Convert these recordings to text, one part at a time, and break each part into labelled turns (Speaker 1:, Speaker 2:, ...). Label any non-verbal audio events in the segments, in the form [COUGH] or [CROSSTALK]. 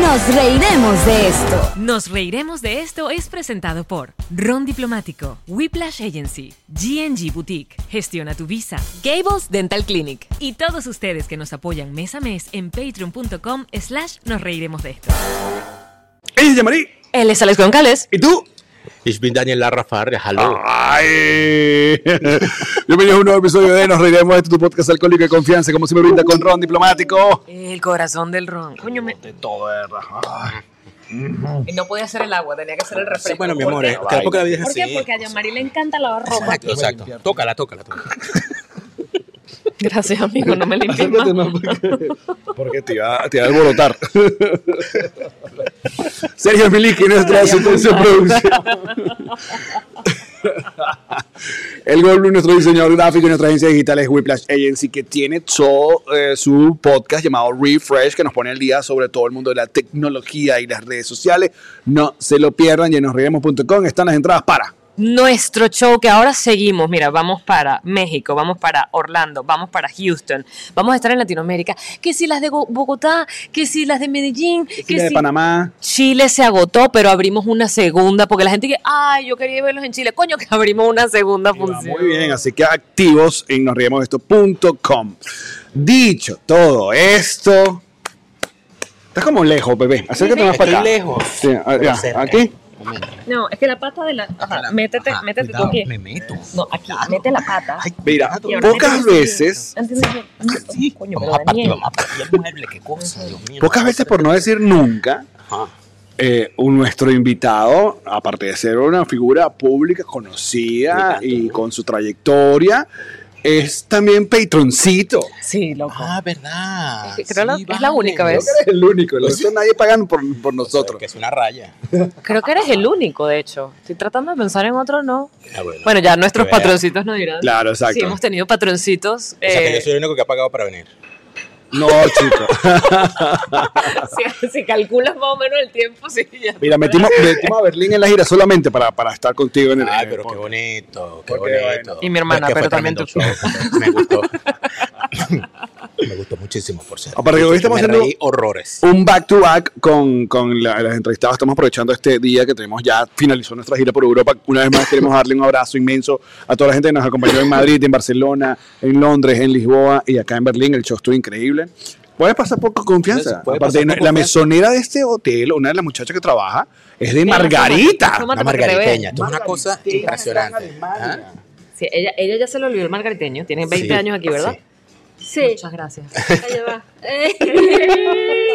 Speaker 1: Nos reiremos de esto.
Speaker 2: Nos reiremos de esto es presentado por Ron Diplomático, Whiplash Agency, GNG Boutique, Gestiona tu Visa, Gables Dental Clinic y todos ustedes que nos apoyan mes a mes en patreon.com slash nos reiremos de esto.
Speaker 3: Ella es Yamari.
Speaker 2: Él es Alex Goncales.
Speaker 3: ¿Y tú?
Speaker 4: Ich bin Daniel Larra Farre, hallo.
Speaker 5: Ah.
Speaker 3: ¡Ay! [LAUGHS] Bienvenidos a un nuevo episodio de Nos Reiremos de Esto, tu podcast alcohólico de confianza, como siempre brinda con Ron Diplomático.
Speaker 2: El corazón del ron. Coño, me-
Speaker 3: De todo, de verdad.
Speaker 2: no podía ser el agua, tenía que ser el refresco.
Speaker 5: Sí, bueno, mi
Speaker 2: ¿Por
Speaker 5: amor,
Speaker 2: qué?
Speaker 5: eh, que tampoco la vida es
Speaker 2: ¿Por
Speaker 5: así.
Speaker 2: qué? Porque a Yamari le encanta lavar ropa.
Speaker 5: Exacto, exacto. Tócala, tócala, tócala.
Speaker 2: Gracias, amigo, no me limpies más.
Speaker 3: Acércate más porque, porque te iba, te iba a alborotar. [LAUGHS] Sergio Filiski, nuestra asistencia de producción. [LAUGHS] El Goldblum, nuestro diseñador gráfico y nuestra agencia digital es Whiplash Agency, que tiene todo eh, su podcast llamado Refresh, que nos pone al día sobre todo el mundo de la tecnología y las redes sociales. No se lo pierdan y en nosreiremos.com están las entradas para.
Speaker 2: nuestro show que ahora seguimos. Mira, vamos para México, vamos para Orlando, vamos para Houston, vamos a estar en Latinoamérica. Que si las de Go- Bogotá, que si las de Medellín, que
Speaker 3: Chile de
Speaker 2: si
Speaker 3: Panamá.
Speaker 2: Chile se agotó, pero abrimos una segunda porque la gente que, ay, yo quería verlos en Chile, coño, que abrimos una segunda
Speaker 3: Y va
Speaker 2: función.
Speaker 3: Muy bien, así que activos en nosriemosesto.com. Dicho todo esto, estás como lejos, bebé. Acércate más para
Speaker 5: Estoy
Speaker 3: acá.
Speaker 5: lejos.
Speaker 3: Sí, a-
Speaker 5: pero
Speaker 3: ya,
Speaker 5: cerca.
Speaker 3: aquí.
Speaker 5: Un momento.
Speaker 2: No, es que la pata de la, ajá, métete,
Speaker 5: Ajá,
Speaker 2: métete
Speaker 5: cuidado,
Speaker 2: tú aquí.
Speaker 5: Me meto.
Speaker 2: No, aquí, mete la pata.
Speaker 5: Ay,
Speaker 3: Mira,
Speaker 5: cuidado.
Speaker 2: Y ahora
Speaker 3: pocas
Speaker 2: métete aquí.
Speaker 3: veces,
Speaker 2: ¿Entiendes?
Speaker 5: Sí,
Speaker 2: Coño,
Speaker 5: vamos a
Speaker 2: pero
Speaker 5: partir,
Speaker 2: Daniel.
Speaker 5: vamos a partir el mueble, qué cosa, Dios mío.
Speaker 3: pocas veces por no decir nunca,
Speaker 5: Ajá.
Speaker 3: eh, un- nuestro invitado, aparte de ser una figura pública conocida
Speaker 5: Ni tanto,
Speaker 3: y
Speaker 5: ¿no?
Speaker 3: con su trayectoria, es también patroncito.
Speaker 2: Sí, loco.
Speaker 5: Ah, verdad.
Speaker 2: Es que creo la- es la única
Speaker 3: Creo
Speaker 2: vez.
Speaker 3: que eres el único, el resto nadie pagan por, por nosotros.
Speaker 5: Que es una raya.
Speaker 2: Creo que eres el único, de hecho. Estoy tratando de pensar en otro, no.
Speaker 5: Ah, bueno.
Speaker 2: Bueno, ya nuestros
Speaker 5: Que vea.
Speaker 2: patroncitos nos dirán.
Speaker 3: Claro, exacto.
Speaker 2: Sí, hemos tenido patroncitos.
Speaker 5: O sea, que
Speaker 2: eh, [LAUGHS]
Speaker 5: yo soy el único que ha pagado para venir.
Speaker 3: No, chicos.
Speaker 2: si, si calculas más o menos el tiempo, sí, ya.
Speaker 3: Mira, metimos, metimos a Berlín en la gira solamente para, para estar contigo en el. eh,
Speaker 5: Ay,
Speaker 3: en el
Speaker 5: Ah, pero qué
Speaker 3: podcast.
Speaker 5: bonito, qué
Speaker 3: Porque,
Speaker 5: bonito.
Speaker 2: Y mi hermana,
Speaker 5: Es que fue
Speaker 2: pero también
Speaker 5: tremendo show, Me gustó.
Speaker 2: [LAUGHS]
Speaker 5: me gustó muchísimo, por cierto.
Speaker 3: Aparte que hoy estamos
Speaker 5: me
Speaker 3: haciendo-
Speaker 5: reí horrores.
Speaker 3: Un back to back con, con la- las entrevistadas. Estamos aprovechando este día que tenemos ya, finalizó nuestra gira por Europa. Una vez más queremos darle un abrazo inmenso a toda la gente que nos acompañó en Madrid, en Barcelona, en Londres, en Lisboa y acá en Berlín. El show estuvo increíble. Puedes pasar por confianza.
Speaker 5: Puedes
Speaker 3: Aparte,
Speaker 5: pasar por
Speaker 3: la
Speaker 5: confianza.
Speaker 3: mesonera de este hotel, una de las muchachas que trabaja, es de
Speaker 2: la
Speaker 3: Margarita.
Speaker 2: toma-
Speaker 5: Una
Speaker 2: para que te
Speaker 5: margariteña.
Speaker 2: vean.
Speaker 5: Esto es una cosa impresionante. ¿Ah?
Speaker 2: Sí, ella, ella ya se lo olvidó el margariteño. Tiene 20
Speaker 5: Sí,
Speaker 2: años aquí, ¿verdad?
Speaker 5: sí.
Speaker 6: Sí,
Speaker 2: Muchas gracias. [LAUGHS]
Speaker 6: allá va. Eh,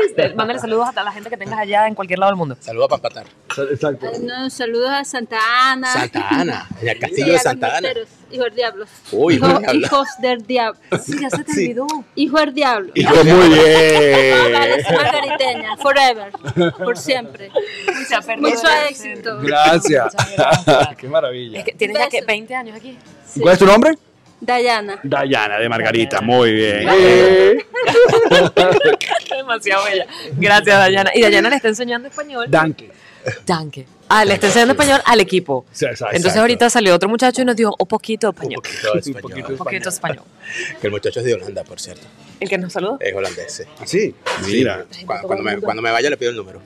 Speaker 2: Este, Mándale saludos a la gente que tengas allá en cualquier lado del mundo.
Speaker 5: Saludos a Pampatar.
Speaker 3: Exacto.
Speaker 6: no, saludos a Eh, Santa Ana.
Speaker 5: Santa Ana, en el
Speaker 6: Sí,
Speaker 5: castillo
Speaker 6: a
Speaker 5: de
Speaker 6: los
Speaker 5: Santa Ana.
Speaker 6: morteros, Hijos del diablo.
Speaker 5: Uy,
Speaker 6: Hijo-
Speaker 5: no me habla.
Speaker 6: hijos del diablo.
Speaker 2: Sí, ya se te
Speaker 5: [LAUGHS] Sí.
Speaker 2: olvidó.
Speaker 6: Hijo del diablo.
Speaker 3: Y fue muy
Speaker 6: [LAUGHS]
Speaker 3: bien.
Speaker 6: Las margariteñas, forever, por siempre.
Speaker 2: Mucha perdón.
Speaker 6: Mucho éxito.
Speaker 3: Gracias.
Speaker 2: Muchas gracias.
Speaker 3: Qué maravilla.
Speaker 2: Es que tienes ya que
Speaker 6: Besos.
Speaker 2: 20 años aquí.
Speaker 6: Sí.
Speaker 3: ¿Cuál es tu nombre?
Speaker 6: Dayana.
Speaker 3: Dayana de Margarita,
Speaker 2: Dayana.
Speaker 3: muy bien.
Speaker 2: Dayana.
Speaker 3: Eh,
Speaker 2: [LAUGHS] Demasiado bella. Gracias, Dayana. Y Dayana le está enseñando español.
Speaker 3: Danke.
Speaker 2: Tanque. Ah, le está enseñando español al equipo.
Speaker 3: Sí, exacto.
Speaker 2: Entonces ahorita salió otro muchacho y nos dijo un poquito de
Speaker 5: Un
Speaker 2: español.
Speaker 5: poquito de
Speaker 3: Un poquito
Speaker 5: español.
Speaker 2: Un poquito de español.
Speaker 5: Que el muchacho es de Holanda, por cierto.
Speaker 2: El que nos saluda.
Speaker 5: Es holandés. sí.
Speaker 3: Sí, mira.
Speaker 5: Sí. Cu- Cuando, me, cuando me vaya le pido el número.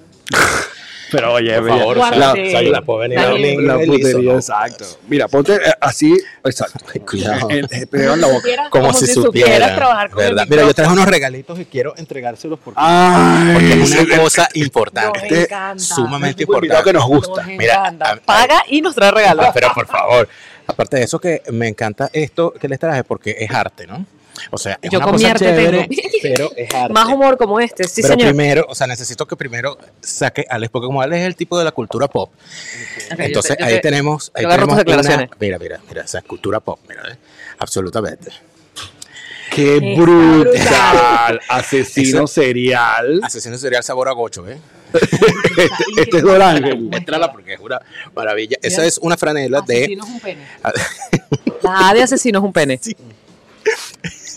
Speaker 3: Pero oye,
Speaker 5: Por favor,
Speaker 3: mira,
Speaker 2: Guarda,
Speaker 3: la,
Speaker 2: sí.
Speaker 5: o sea, yo no puedo venir
Speaker 2: La-
Speaker 5: a
Speaker 3: la-
Speaker 5: hablar
Speaker 3: la
Speaker 5: inglés,
Speaker 3: putería,
Speaker 5: ¿no?
Speaker 3: exacto. Mira, ponte eh, así, exacto.
Speaker 5: Cuidado.
Speaker 3: El- el- pegado en la boca.
Speaker 5: Como, si, supiera.
Speaker 2: trabajar con
Speaker 5: ¿verdad?
Speaker 2: el
Speaker 5: Mira, yo
Speaker 2: micrófono.
Speaker 5: traje unos regalitos y quiero entregárselos porque
Speaker 3: Ay,
Speaker 5: es
Speaker 3: ese-
Speaker 5: una cosa
Speaker 2: Nos
Speaker 5: importante.
Speaker 2: encanta.
Speaker 5: Sumamente
Speaker 3: tipo de invitado
Speaker 5: importante.
Speaker 3: que nos gusta.
Speaker 2: Nos
Speaker 5: Mira,
Speaker 2: encanta.
Speaker 5: a- a-
Speaker 2: Paga y nos trae regalos.
Speaker 5: Ah, Pero por favor, aparte de eso que me encanta esto que les traje porque es arte, ¿no? O sea, es
Speaker 2: Yo
Speaker 5: una
Speaker 2: con mi
Speaker 5: cosa
Speaker 2: arte [LAUGHS]
Speaker 5: chévere,
Speaker 2: tengo.
Speaker 5: pero es arte.
Speaker 2: Más humor como este, sí,
Speaker 5: pero
Speaker 2: señor.
Speaker 5: primero, o sea, necesito que primero saque Alex, porque como Alex es el tipo de la cultura pop,
Speaker 2: Ok, yo
Speaker 5: entonces
Speaker 2: te- yo
Speaker 5: ahí
Speaker 2: te-
Speaker 5: tenemos, ahí
Speaker 2: yo agarro
Speaker 5: tenemos
Speaker 2: tus declaraciones.
Speaker 5: una- mira, mira, mira, esa cultura pop, mira, eh, absolutamente.
Speaker 3: Qué
Speaker 2: Está
Speaker 3: brutal. Asesino [LAUGHS] serial.
Speaker 5: Asesino serial sabor a gocho, ¿eh?
Speaker 3: Este, este es Don Ángel.
Speaker 5: Entrala porque es una maravilla. Esa
Speaker 2: Mira.
Speaker 5: es una franela de Ah, [LAUGHS]
Speaker 2: Asesino es un pene. La A de asesino es un pene.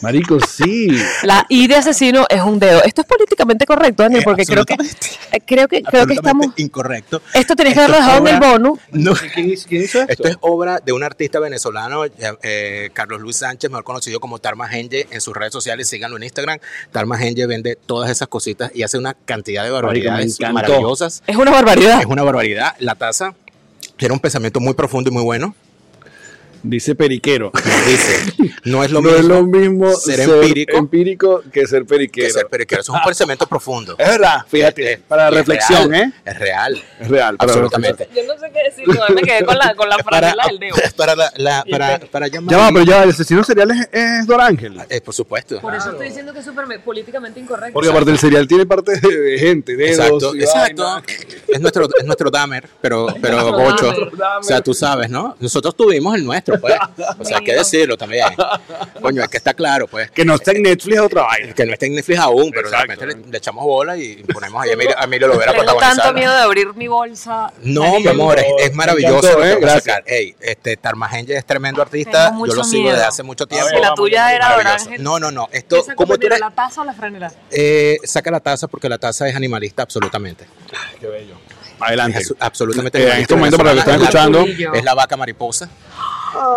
Speaker 3: Marico, sí.
Speaker 2: La I de asesino es un dedo. Esto es políticamente correcto, Daniel, [LAUGHS]
Speaker 5: Eh,
Speaker 2: porque creo que,
Speaker 5: absolutamente.
Speaker 2: eh, creo que, creo que
Speaker 5: Absolutamente
Speaker 2: estamos.
Speaker 5: Incorrecto.
Speaker 2: Esto tenés que
Speaker 5: Esto
Speaker 2: haberlo
Speaker 5: es
Speaker 2: dejado en el
Speaker 5: obra-
Speaker 2: bono.
Speaker 5: No,
Speaker 3: ¿Quién hizo, quién hizo
Speaker 5: Esto es obra de un artista venezolano, eh, eh, Carlos Luis Sánchez, mejor conocido como Tarma Genge, en sus redes sociales, síganlo en Instagram. Tarma Genge vende todas esas cositas y hace una cantidad de barbaridades
Speaker 3: encantó.
Speaker 5: maravillosas.
Speaker 2: Es una barbaridad.
Speaker 5: Es una barbaridad. La taza tiene un pensamiento muy profundo y muy bueno.
Speaker 3: Dice periquero.
Speaker 5: Dice, no es lo
Speaker 3: no
Speaker 5: mismo
Speaker 3: es lo mismo
Speaker 5: ser
Speaker 3: ser,
Speaker 5: empírico
Speaker 3: empírico, que ser periquero.
Speaker 5: que ser periquero.
Speaker 3: [LAUGHS]
Speaker 5: Eso es un pensamiento profundo.
Speaker 3: Es verdad, Eh, fíjate,
Speaker 5: Es-
Speaker 3: para
Speaker 5: es
Speaker 3: reflexión,
Speaker 5: real,
Speaker 3: ¿eh?
Speaker 5: Es real.
Speaker 3: Es real, para
Speaker 5: Absolutamente.
Speaker 2: Yo no sé qué decir, me quedé con la, con la
Speaker 5: [LAUGHS] Para, para, la, la- para, para
Speaker 3: reflexión.
Speaker 5: llamar.
Speaker 3: Ya va, pero ya, va, el asesino serial es, es Don Ángel.
Speaker 5: Eh, por supuesto.
Speaker 2: Por eso estoy diciendo que es súper políticamente incorrecto.
Speaker 3: Porque aparte el serial tiene parte de, de gente, dedos.
Speaker 5: Exacto,
Speaker 3: y
Speaker 5: exacto.
Speaker 3: vaina.
Speaker 5: Es nuestro, es nuestro damer,
Speaker 2: [LAUGHS]
Speaker 5: pero, pero
Speaker 2: Nuestro
Speaker 5: bocho.
Speaker 2: damer.
Speaker 5: O sea, tú sabes, ¿no? Nosotros tuvimos el nuestro, pues. O sea, hay que decirlo también. Coño, es que está claro, pues.
Speaker 3: Que no está en Netflix es otra vaina.
Speaker 5: Que no está en Netflix aún, pero
Speaker 3: Exacto.
Speaker 5: de repente le, le echamos bola y ponemos ahí a Emilio, a Emilio Lovera
Speaker 2: Tengo tanto
Speaker 5: protagonizarla.
Speaker 2: miedo de abrir mi bolsa.
Speaker 5: No, mi amor, es, es maravilloso lo
Speaker 3: Me encantó,
Speaker 5: que
Speaker 3: ¿eh?
Speaker 5: vas a
Speaker 3: Gracias.
Speaker 5: sacar. Ey, este Tarmagenge es tremendo artista,
Speaker 2: Tengo
Speaker 5: yo
Speaker 2: mucho
Speaker 5: lo sigo
Speaker 2: miedo.
Speaker 5: desde hace mucho tiempo.
Speaker 2: Si la tuya era Don
Speaker 5: Maravilloso.
Speaker 2: Ángel.
Speaker 5: No, no, no. Esto, como tú eres,
Speaker 2: ¿La taza o la franela?
Speaker 5: eh, saca la taza porque la taza es animalista absolutamente.
Speaker 3: Adelante.
Speaker 5: Es absolutamente.
Speaker 3: Eh, en este momento, para los que están
Speaker 5: Es la-
Speaker 3: escuchando,
Speaker 5: Es la vaca mariposa.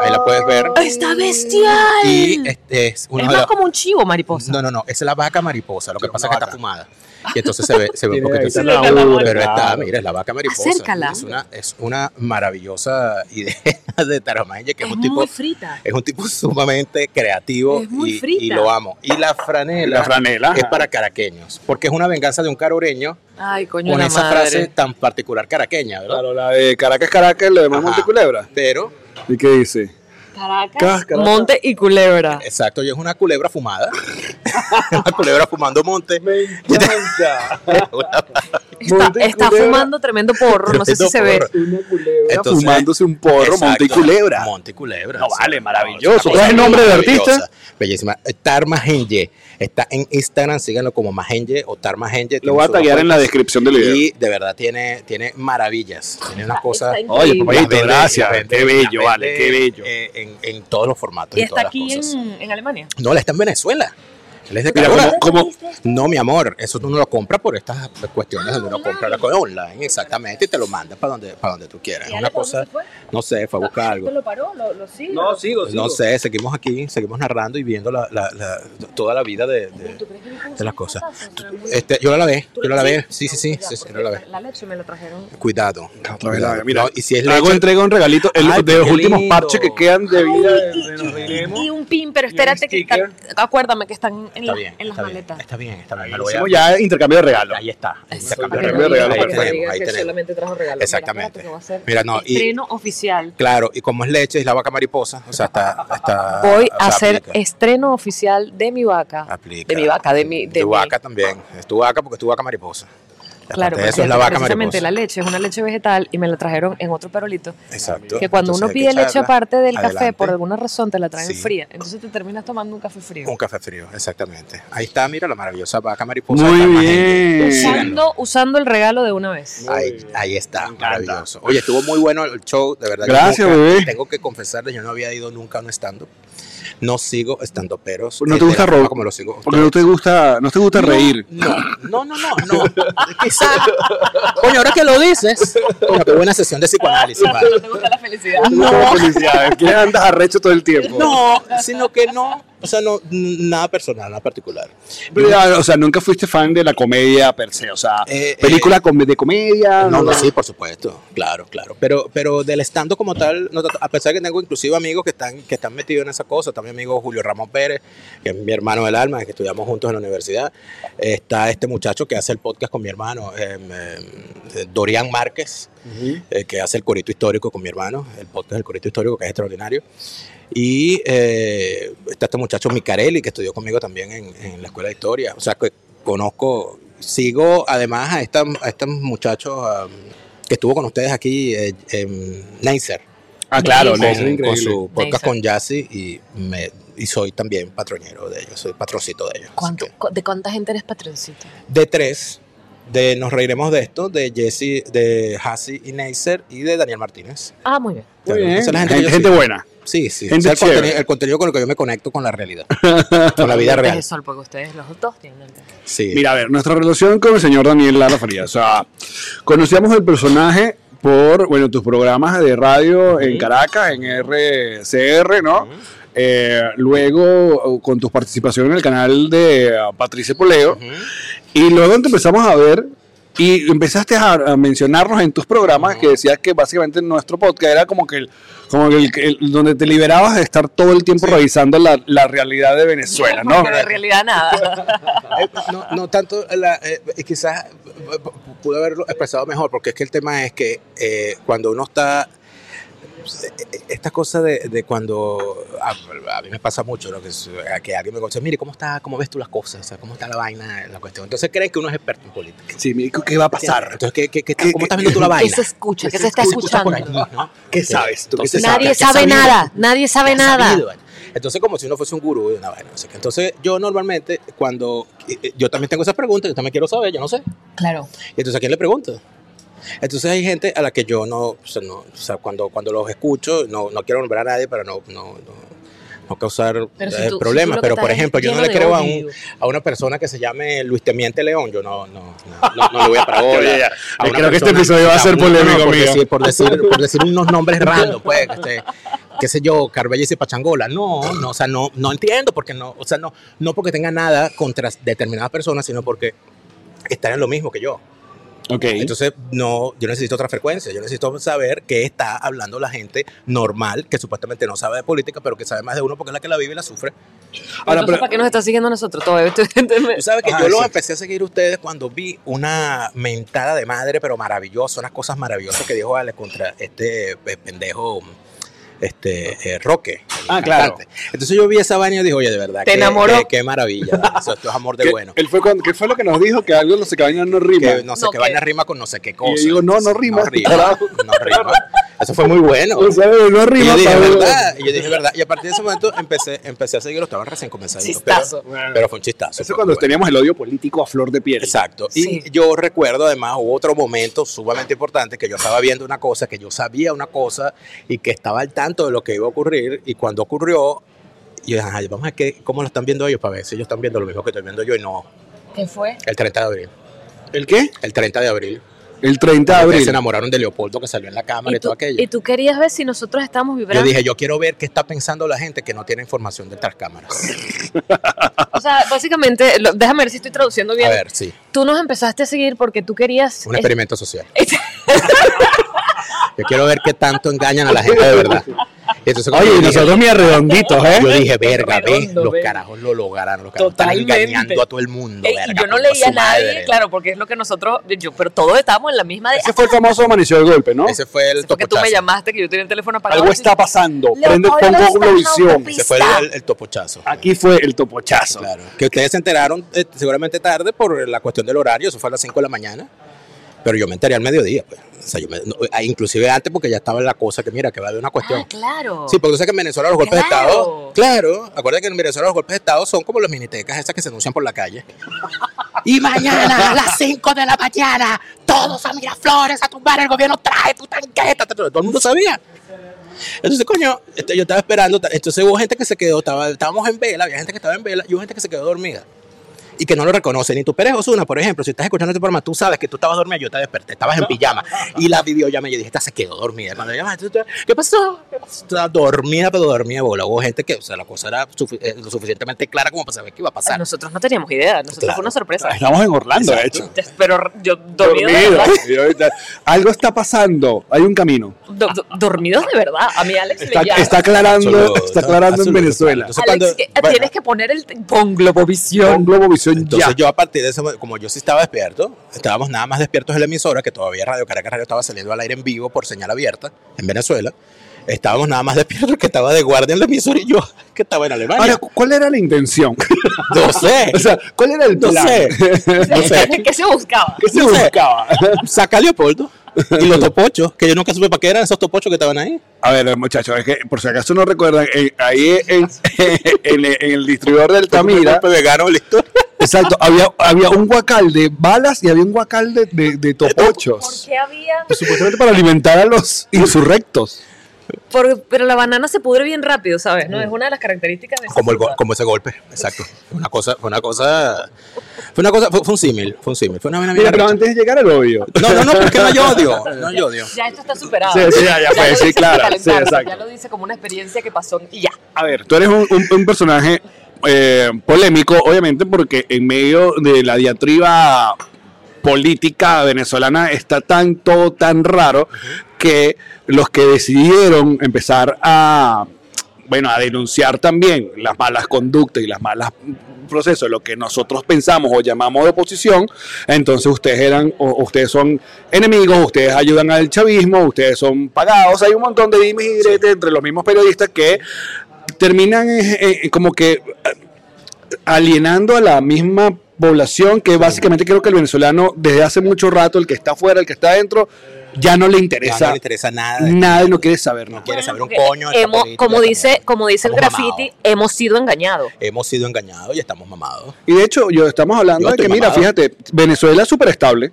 Speaker 5: Ahí la puedes ver.
Speaker 2: ¡Está bestial!
Speaker 5: Y este es una
Speaker 2: es
Speaker 5: de
Speaker 2: más
Speaker 5: las-
Speaker 2: como un chivo, mariposa.
Speaker 5: No, no, no. Es la vaca mariposa. Lo que
Speaker 3: Pero
Speaker 5: pasa es
Speaker 3: una
Speaker 5: que está
Speaker 3: vaca.
Speaker 5: fumada. Y entonces se ve, se ve un poquito.
Speaker 3: [LAUGHS] Tiene ahí
Speaker 5: extraño.
Speaker 3: la labura,
Speaker 5: Pero está,
Speaker 3: claro.
Speaker 5: mira, es la vaca mariposa.
Speaker 2: Acércala.
Speaker 5: Es una, es una maravillosa idea [LAUGHS] de Taramaya, que es,
Speaker 2: es
Speaker 5: un
Speaker 2: muy
Speaker 5: tipo.
Speaker 2: frita.
Speaker 5: Es un tipo sumamente creativo
Speaker 2: Es muy
Speaker 5: y,
Speaker 2: frita.
Speaker 5: y lo amo. Y la franela,
Speaker 3: La franela,
Speaker 5: es
Speaker 3: ajá.
Speaker 5: para caraqueños, porque es una venganza de un caroreño
Speaker 2: Ay, coño,
Speaker 5: con
Speaker 2: la
Speaker 5: esa
Speaker 2: madre.
Speaker 5: frase tan particular caraqueña, ¿verdad?
Speaker 3: claro, la de Caracas, Caracas, la de
Speaker 5: Ajá.
Speaker 3: Monte Culebra.
Speaker 5: Pero
Speaker 3: ¿Y qué dice? Caracas.
Speaker 2: Monte y culebra.
Speaker 5: Exacto, y es una culebra
Speaker 3: [LAUGHS]
Speaker 5: fumada. una culebra fumando monte.
Speaker 3: Me encanta.
Speaker 2: Está,
Speaker 3: Monte y
Speaker 2: está
Speaker 3: Culebra.
Speaker 2: fumando tremendo porro, no sé si
Speaker 5: Tremendo
Speaker 2: se ve.
Speaker 5: porro.
Speaker 3: Una culebra
Speaker 5: Entonces-
Speaker 3: fumándose un porro,
Speaker 5: Exacto,
Speaker 3: Monte y Culebra.
Speaker 5: Monte y culebra.
Speaker 3: No,
Speaker 5: sí.
Speaker 3: vale,
Speaker 5: No,
Speaker 3: maravilloso.
Speaker 5: es una
Speaker 3: ¿Cuál es el
Speaker 5: cosa
Speaker 3: nombre del
Speaker 5: maravillosa,
Speaker 3: artista?
Speaker 5: Bellísima. Eh, Tarma Genye. Está en Instagram, síganlo como Magenye o Tarma Genye.
Speaker 3: Lo voy a taggear en la descripción del video.
Speaker 5: Y de verdad tiene, tiene maravillas. Tiene unas cosas.
Speaker 2: está
Speaker 3: Oye,
Speaker 2: increíble.
Speaker 3: papayito,
Speaker 5: Las vende-
Speaker 3: gracias.
Speaker 5: las vende-
Speaker 3: qué
Speaker 5: las
Speaker 3: bello, vale,
Speaker 5: vende,
Speaker 3: qué bello.
Speaker 5: eh, en, en todos los formatos.
Speaker 2: Y
Speaker 5: en
Speaker 2: está
Speaker 5: todas las
Speaker 2: aquí
Speaker 5: cosas.
Speaker 2: en, en Alemania.
Speaker 5: No, la está en Venezuela. Él es de
Speaker 3: Mira,
Speaker 5: Caracas.
Speaker 3: como- como-
Speaker 5: No, mi amor, eso tú no lo compras por estas cuestiones donde uno compra la cosa online, exactamente, y te lo manda para donde, para donde tú quieras. Es una cosa, no sé, fue a buscar algo.
Speaker 2: pues, lo paró? ¿Lo, lo sigue?
Speaker 7: No, sigo,
Speaker 3: Pues
Speaker 7: sigo.
Speaker 5: No sé, seguimos aquí, seguimos narrando y viendo la, la- la- toda la vida de, de- de las cosas. Este, yo la lavé, yo la lavé, sí, sí, sí, sí, sí, yo la lavé.
Speaker 2: pues, La leche me la trajeron.
Speaker 5: Cuidado.
Speaker 3: Otra vez la- mira,
Speaker 5: No, y si es
Speaker 3: Luego
Speaker 5: leche-
Speaker 3: entrega un regalito el-
Speaker 5: Ay,
Speaker 3: de los
Speaker 5: qué
Speaker 3: últimos
Speaker 5: lindo.
Speaker 3: parches que quedan de vida. de- de los reiremos.
Speaker 2: Y un pin, pero espérate que están, acuérdame que están en,
Speaker 5: Está
Speaker 2: la-
Speaker 5: bien,
Speaker 2: en las
Speaker 5: está bien,
Speaker 2: maletas.
Speaker 5: está bien, está bien, me lo voy a-
Speaker 3: Hicimos ya intercambio de regalos.
Speaker 5: Ahí está. ahí está,
Speaker 2: Para
Speaker 5: cambio
Speaker 2: que
Speaker 5: de
Speaker 2: no digas-
Speaker 5: regalo,
Speaker 2: para que
Speaker 5: ahí
Speaker 2: no
Speaker 5: tenemos,
Speaker 2: digas
Speaker 5: ahí
Speaker 2: que
Speaker 5: tenemos.
Speaker 2: solamente trajo regalos.
Speaker 5: Exactamente.
Speaker 2: Mira, espérate que va a ser
Speaker 5: Mira, no, y-
Speaker 2: estreno oficial.
Speaker 5: Claro, y como es leche, es la vaca mariposa. O sea, está. está
Speaker 2: [LAUGHS] Voy
Speaker 5: Ah, o
Speaker 2: a
Speaker 5: sea,
Speaker 2: hacer
Speaker 5: aplica,
Speaker 2: estreno oficial de mi vaca.
Speaker 5: aplica.
Speaker 2: De mi vaca, de mi. De
Speaker 5: tu
Speaker 2: mi-
Speaker 5: vaca también. Es tu vaca porque es tu vaca mariposa. Y
Speaker 2: Claro,
Speaker 5: aparte de eso es la
Speaker 2: porque
Speaker 5: vaca
Speaker 2: precisamente la
Speaker 5: mariposa.
Speaker 2: leche es una leche vegetal y me la trajeron en otro perolito.
Speaker 5: Exacto.
Speaker 2: Que cuando
Speaker 5: Entonces hay
Speaker 2: uno
Speaker 5: que
Speaker 2: pide leche
Speaker 5: echarla
Speaker 2: aparte del café,
Speaker 5: adelante.
Speaker 2: por alguna razón te la traen
Speaker 5: Sí.
Speaker 2: fría. Entonces te terminas tomando un café frío.
Speaker 5: Un café frío, exactamente. Ahí está, mira la maravillosa vaca mariposa.
Speaker 3: Muy
Speaker 5: Está más
Speaker 3: bien.
Speaker 5: gente. pues,
Speaker 2: Usando, usando el regalo de una vez.
Speaker 5: Ahí, ahí está, maravilloso. Oye, estuvo muy bueno el show, de verdad. yo
Speaker 3: Gracias,
Speaker 5: nunca-
Speaker 3: bebé.
Speaker 5: Tengo que confesarles, yo no había ido nunca a un stand-up. No sigo estando peros.
Speaker 3: ¿No te gusta robar?
Speaker 5: Como lo sigo.
Speaker 3: Porque no te gusta, no te gusta reír.
Speaker 5: No, no, no, no, no. Quizás. Coño, ahora que lo dices. Coño, qué buena sesión de [LAUGHS] psicoanálisis, vale.
Speaker 2: ¿Te gusta la felicidad?
Speaker 5: No.
Speaker 3: Felicidades, que [LAUGHS] andas arrecho todo el tiempo.
Speaker 5: No, sino que no. O sea, no, nada personal, nada particular.
Speaker 3: Pero ya, o sea, nunca fuiste fan de la comedia per se, o sea,
Speaker 5: Eh,
Speaker 3: película com- de comedia.
Speaker 5: No, no, sí, por supuesto, claro, claro. Pero, pero del estando como tal, no tanto. a pesar que tengo inclusive amigos que están, que están metidos en esa cosa, está mi amigo Julio Ramón Pérez, que es mi hermano del alma, que estudiamos juntos en la universidad, está este muchacho que hace el podcast con mi hermano, em, em, Dorian Márquez, eh, que hace el corito histórico con mi hermano, el podcast del corito histórico, que es extraordinario. Y eh, está este muchacho Micarelli, que estudió conmigo también en, en la Escuela de Historia. O sea, que conozco, sigo además a, esta, a estos muchachos um, que estuvo con ustedes aquí, eh, em, Neisser,
Speaker 3: Ah, claro,
Speaker 5: con,
Speaker 3: no, es
Speaker 5: con
Speaker 3: increíble.
Speaker 5: su podcast
Speaker 2: Neisser.
Speaker 5: con Yassi y, me, y soy también patroñero de ellos, soy patroncito de ellos. Así
Speaker 2: ¿Cuánto-
Speaker 5: que-
Speaker 2: cu- ¿De cuánta gente eres patroncito?
Speaker 5: de tres, de Nos Reiremos de Esto, de Jesse, de Hassi y Neisser y de Daniel Martínez.
Speaker 7: Ah, muy bien.
Speaker 5: Muy
Speaker 3: Muy
Speaker 5: bien.
Speaker 3: bien.
Speaker 5: Esa es la gente
Speaker 3: gente,
Speaker 5: que yo
Speaker 3: gente
Speaker 5: sigo.
Speaker 3: buena.
Speaker 5: Sí, sí.
Speaker 3: Gente
Speaker 5: O sea, el,
Speaker 3: chévere.
Speaker 5: contenido, el contenido con el que yo me conecto con la
Speaker 3: [LAUGHS]
Speaker 5: realidad. con la vida real.
Speaker 7: Es el sol, porque ustedes los dos tienen el
Speaker 5: Sí.
Speaker 3: Mira, a ver, nuestra relación con el señor Daniel Lara Faría. O sea, conocíamos el personaje por, bueno, tus programas de radio en Caracas, en RCR, ¿no? Eh, luego uh, con tus participaciones en el canal de eh, Patricia Poleo. Y luego te empezamos a ver y empezaste a, a mencionarnos en tus programas que decías que básicamente nuestro podcast era como que el, como que el- el- donde te liberabas de estar todo el tiempo revisando la, la realidad de Venezuela, ¿no?
Speaker 7: Pero en realidad nada.
Speaker 5: Eh, no, no tanto, la, eh, eh, quizás eh, p- pude haberlo expresado mejor, porque es que el tema es que eh, cuando uno está, eh, esta cosa de, de cuando, a, a mí me pasa mucho, ¿no? que, es- a que alguien me dice, mire, ¿cómo, está, ¿cómo ves tú las cosas? O sea, ¿Cómo está la vaina, la cuestión? Entonces crees que uno es experto en política.
Speaker 3: Sí, me dijo, ¿qué va a pasar?
Speaker 5: Entonces, ¿qué, qué- qué-
Speaker 3: ¿Qué-
Speaker 5: ¿cómo estás
Speaker 3: qué-
Speaker 5: viendo tú la
Speaker 7: ¿Qué
Speaker 5: vaina?
Speaker 7: se escucha? ¿Qué se
Speaker 5: ¿Qué
Speaker 7: está
Speaker 5: escuchas por
Speaker 7: escuchando?
Speaker 5: aquí, no?
Speaker 3: ¿Qué sabes tú? ¿Qué
Speaker 5: Entonces,
Speaker 3: se
Speaker 7: Nadie
Speaker 5: ¿qué has
Speaker 7: sabe
Speaker 5: sabido?
Speaker 7: nada, nadie sabe
Speaker 5: ¿Qué has
Speaker 7: nada.
Speaker 5: sabido, Ana? Entonces, como si uno fuese un gurú de una vaina. no sé qué. Entonces, yo normalmente, cuando eh, eh, yo también tengo esas preguntas, yo también quiero saber, yo no sé.
Speaker 7: Claro.
Speaker 5: Y entonces, ¿a quién le pregunto? Entonces hay gente a la que yo no, o sea, no- o sea, cuando, cuando los escucho, no, no quiero nombrar a nadie para no, no, no- no causar
Speaker 7: Pero si
Speaker 5: eh,
Speaker 7: tú- si
Speaker 5: problemas.
Speaker 7: tú lo que
Speaker 5: Pero,
Speaker 7: estás
Speaker 5: por
Speaker 7: es
Speaker 5: ejemplo, yo no
Speaker 7: lleno
Speaker 5: le
Speaker 7: de
Speaker 5: creo a,
Speaker 7: odio.
Speaker 5: un, a una persona que se llame Luis Temiente León. Yo no, no, no, no,
Speaker 7: [LAUGHS]
Speaker 5: no le voy a parar bola.
Speaker 3: Oye, ya.
Speaker 5: A
Speaker 3: Yo
Speaker 5: una
Speaker 3: creo que este
Speaker 5: persona-
Speaker 3: episodio va a
Speaker 5: no,
Speaker 3: ser
Speaker 5: no,
Speaker 3: polémico,
Speaker 5: por
Speaker 3: amigo.
Speaker 5: decir, por, decir, por decir unos nombres random, pues, este, qué sé yo, Carbelles y Pachangola. No, no, o sea, no, no entiendo porque no, o sea, no, no porque tenga nada contra determinadas personas, sino porque están en lo mismo que yo.
Speaker 3: Ok.
Speaker 5: Entonces, no, yo necesito otra frecuencia, yo necesito saber qué está hablando la gente normal, que supuestamente no sabe de política, pero que sabe más de uno porque es la que la vive y la sufre.
Speaker 3: Ahora,
Speaker 7: Ahora,
Speaker 3: pero-
Speaker 7: ¿Para qué nos está siguiendo nosotros todavía?
Speaker 5: Tú [LAUGHS]
Speaker 7: [LAUGHS]
Speaker 5: sabes que
Speaker 3: Ajá,
Speaker 5: yo los
Speaker 3: exacto.
Speaker 5: empecé a seguir ustedes cuando vi una mentada de madre, pero maravillosa, unas cosas maravillosas que dijo Alex contra este eh, pendejo, este eh, Roque. el
Speaker 3: Ah, claro.
Speaker 5: cantante. Entonces yo vi esa vaina y dije, oye, de verdad,
Speaker 7: Te
Speaker 5: qué,
Speaker 7: enamoró.
Speaker 5: Qué, qué
Speaker 3: [LAUGHS]
Speaker 5: maravilla, o sea, esto es amor de
Speaker 3: ¿Qué-
Speaker 5: bueno.
Speaker 3: Él fue cuando- ¿Qué fue lo que nos dijo? Que algo no se cae no rima.
Speaker 5: que no sé
Speaker 7: No,
Speaker 5: qué
Speaker 7: que-
Speaker 5: vaina rima con no sé qué cosa.
Speaker 3: yo digo, no, no rima,
Speaker 5: No rima.
Speaker 3: carajo.
Speaker 5: no
Speaker 3: [LAUGHS]
Speaker 5: rima. Eso fue muy bueno.
Speaker 3: O sea, no
Speaker 5: Y
Speaker 3: rima,
Speaker 5: yo dije,
Speaker 3: Pablo.
Speaker 5: verdad. Y yo dije, verdad. Y a partir de ese momento empecé, empecé a seguirlo. Estaban recién comenzando.
Speaker 7: Chistazo.
Speaker 5: Pero, pero fue un chistazo.
Speaker 3: Eso es cuando
Speaker 5: Fue bueno.
Speaker 3: teníamos el odio político a flor de piel.
Speaker 5: Exacto.
Speaker 7: Sí.
Speaker 5: Y yo recuerdo además hubo otro momento sumamente importante que yo estaba viendo una cosa, que yo sabía una cosa y que estaba al tanto de lo que iba a ocurrir. Y cuando ocurrió, yo dije, "Ajá, vamos a ver qué- cómo lo están viendo ellos para ver si ellos están viendo lo mismo que estoy viendo yo y no.
Speaker 7: ¿Qué fue?
Speaker 5: El 30 de abril.
Speaker 3: ¿El qué?
Speaker 5: El 30 de abril.
Speaker 3: El 30 de
Speaker 5: Ustedes
Speaker 3: abril.
Speaker 5: Se enamoraron de Leopoldo que salió en la cámara y,
Speaker 7: ¿Y tú,
Speaker 5: todo aquello.
Speaker 7: y tú querías ver si nosotros estamos
Speaker 5: Yo
Speaker 7: vibrando.
Speaker 5: dije, yo quiero ver qué está pensando la gente que no tiene información detrás cámaras.
Speaker 7: O sea, básicamente, lo- déjame ver si estoy traduciendo bien.
Speaker 5: A ver, sí,
Speaker 7: Tú nos empezaste a seguir porque tú querías.
Speaker 5: un experimento social.
Speaker 7: [LAUGHS]
Speaker 5: Yo quiero ver qué tanto engañan a la gente de verdad. Y entonces, cuando
Speaker 3: Oye, y
Speaker 5: yo dije-
Speaker 3: nosotros mira redonditos, ¿eh?
Speaker 5: Yo dije, verga, ve,
Speaker 7: Redondo,
Speaker 5: los
Speaker 7: ve.
Speaker 5: carajos lo lograron, los carajos están
Speaker 7: Totalmente.
Speaker 5: engañando a todo el mundo.
Speaker 7: Ey,
Speaker 5: verga,
Speaker 7: y yo no
Speaker 5: coño,
Speaker 7: leía a
Speaker 5: su madre,
Speaker 7: nadie,
Speaker 5: verga.
Speaker 7: claro, porque es lo que nosotros. Yo, pero todos estábamos en la misma de.
Speaker 3: Ese fue el famoso amaneció el golpe, ¿no?
Speaker 5: Ese fue el
Speaker 7: Porque
Speaker 5: topo
Speaker 7: tú me
Speaker 5: chazo.
Speaker 7: llamaste que yo tenía el teléfono apagado.
Speaker 3: Algo está pasando. Prende,
Speaker 1: Leopoldo
Speaker 3: pongo
Speaker 1: está en la
Speaker 3: Eurovisión.
Speaker 1: autopista.
Speaker 5: Ese fue el, el, el topochazo.
Speaker 7: Ah,
Speaker 3: Aquí fue el topochazo.
Speaker 5: Claro. Que ustedes se enteraron eh, seguramente tarde por la cuestión del horario, eso fue a las 5 de la mañana. Pero yo me enteré al mediodía, pues. O sea, yo me- no, eh, inclusive antes porque ya estaba la cosa que mira, que va a haber una cuestión.
Speaker 7: Ah, claro.
Speaker 5: Sí, porque tú sabes que en Venezuela los golpes de
Speaker 7: Claro.
Speaker 5: Estado. Claro, acuérdate que en Venezuela los golpes de Estado son como las minitecas esas que se anuncian por la calle. [LAUGHS] Y mañana a las 5 de la mañana, todos a Miraflores a tumbar el gobierno, trae tu tanqueta. Todo el mundo sabía. Entonces, coño, este, yo estaba esperando. ta- Entonces hubo gente que se quedó, estaba, estábamos en vela, había gente que estaba en vela y hubo gente que se quedó dormida. Y que no lo reconoce. Ni tú, Pérez Osuna, por ejemplo, si estás escuchando este programa, tú sabes que tú estabas dormida, yo te desperté, estabas en pijama. Y la videollamé, yo dije, esta se quedó dormida. Cuando yo llamé, ¿qué pasó? Estaba dormida, pero dormía bola. Hubo gente que, o sea, la cosa era sufi- eh, lo suficientemente clara como para saber qué iba a pasar.
Speaker 7: Nosotros no teníamos idea, nosotros
Speaker 5: Claro.
Speaker 7: fue una sorpresa.
Speaker 3: Estamos en Orlando, de hecho.
Speaker 7: Pero yo dormido. de
Speaker 3: Dormido.
Speaker 7: verdad.
Speaker 3: Y ahorita, Algo está pasando. Hay un camino.
Speaker 7: Do- do- dormidos de verdad. A mí Alex
Speaker 3: Está,
Speaker 7: me llama.
Speaker 3: está aclarando,
Speaker 5: Absoluto,
Speaker 3: está
Speaker 5: ¿no?
Speaker 3: aclarando en
Speaker 5: Absoluto.
Speaker 3: Venezuela.
Speaker 5: Entonces,
Speaker 7: Alex,
Speaker 5: cuando-
Speaker 7: que-
Speaker 5: bueno.
Speaker 7: tienes que poner el con Globovisión.
Speaker 3: Con Globovisión
Speaker 5: Entonces
Speaker 3: ya.
Speaker 5: yo a partir de ese momento, como yo sí estaba despierto, estábamos nada más despiertos en la emisora, que todavía Radio Caracas Radio estaba saliendo al aire en vivo por señal abierta en Venezuela. Estábamos nada más despiertos que estaba de guardia en la emisora y yo [LAUGHS] que estaba en
Speaker 3: Ahora,
Speaker 5: Alemania.
Speaker 3: ¿cuál era la intención? [LAUGHS]
Speaker 5: no sé.
Speaker 3: o sea, ¿cuál era el
Speaker 5: No
Speaker 3: plan?
Speaker 5: sé. No sé.
Speaker 7: ¿Qué se buscaba?
Speaker 3: ¿Qué se
Speaker 5: No sé.
Speaker 3: buscaba?
Speaker 5: Saca a Leopoldo. Y los topochos, que yo nunca supe para qué eran esos topochos que estaban ahí.
Speaker 3: A ver, muchachos, es que por si acaso no recuerdan, eh, ahí en, en- en el distribuidor del Tamira.
Speaker 5: Golpe vegano, listo.
Speaker 3: Exacto, había, había un guacal de balas y había un guacal de, de, de
Speaker 2: ¿Por
Speaker 3: topochos.
Speaker 2: qué había?
Speaker 3: Supuestamente para alimentar a los insurrectos.
Speaker 2: Por- pero la banana se pudre bien rápido, ¿sabes?
Speaker 3: Mm.
Speaker 2: No, es una de las características de este
Speaker 5: Como, el go- como ese golpe, exacto. Fue una cosa, fue una cosa, fue una cosa, fue, fue un símil, fue un símil, fue una vaina bien
Speaker 3: Mira, pero
Speaker 5: arrecha.
Speaker 3: antes de llegar al odio.
Speaker 5: No, no, no, porque
Speaker 3: [LAUGHS]
Speaker 5: no hay odio, no hay odio.
Speaker 2: Ya esto está superado.
Speaker 3: Sí, sí, ya, ya fue,
Speaker 2: lo
Speaker 3: sí,
Speaker 2: dice sin
Speaker 3: claro,
Speaker 2: calentarlo,
Speaker 3: sí, exacto.
Speaker 2: Ya lo dice como una experiencia que pasó y ya.
Speaker 3: A ver, tú eres un, un- un personaje eh, polémico, obviamente, porque en medio de la diatriba política venezolana está tan todo tan raro que los que decidieron empezar a bueno a denunciar también las malas conductas y las malas procesos, lo que nosotros pensamos o llamamos de oposición, entonces ustedes eran o ustedes son enemigos, ustedes ayudan al chavismo, ustedes son pagados, hay un montón de dimes y diretes entre los mismos periodistas que terminan eh, eh, como que eh, alienando a la misma población que básicamente creo que el venezolano desde hace mucho rato, el que está afuera, el que está adentro, ya no le
Speaker 5: No,
Speaker 3: interesa,
Speaker 5: no le interesa nada.
Speaker 3: nada y no quiere saber nada.
Speaker 5: quiere saber un
Speaker 2: Porque
Speaker 5: coño. de esta
Speaker 2: hemos-
Speaker 5: política,
Speaker 2: como
Speaker 5: esta
Speaker 2: dice,
Speaker 5: mierda.
Speaker 2: como dice el
Speaker 5: Estamos
Speaker 2: graffiti,
Speaker 5: mamados.
Speaker 2: hemos sido engañados.
Speaker 5: Hemos sido engañados y estamos mamados.
Speaker 3: Y de hecho, yo estamos hablando
Speaker 5: Yo
Speaker 3: de que,
Speaker 5: estoy
Speaker 3: mira,
Speaker 5: mamado.
Speaker 3: fíjate, Venezuela es
Speaker 5: [LAUGHS]
Speaker 3: súper estable.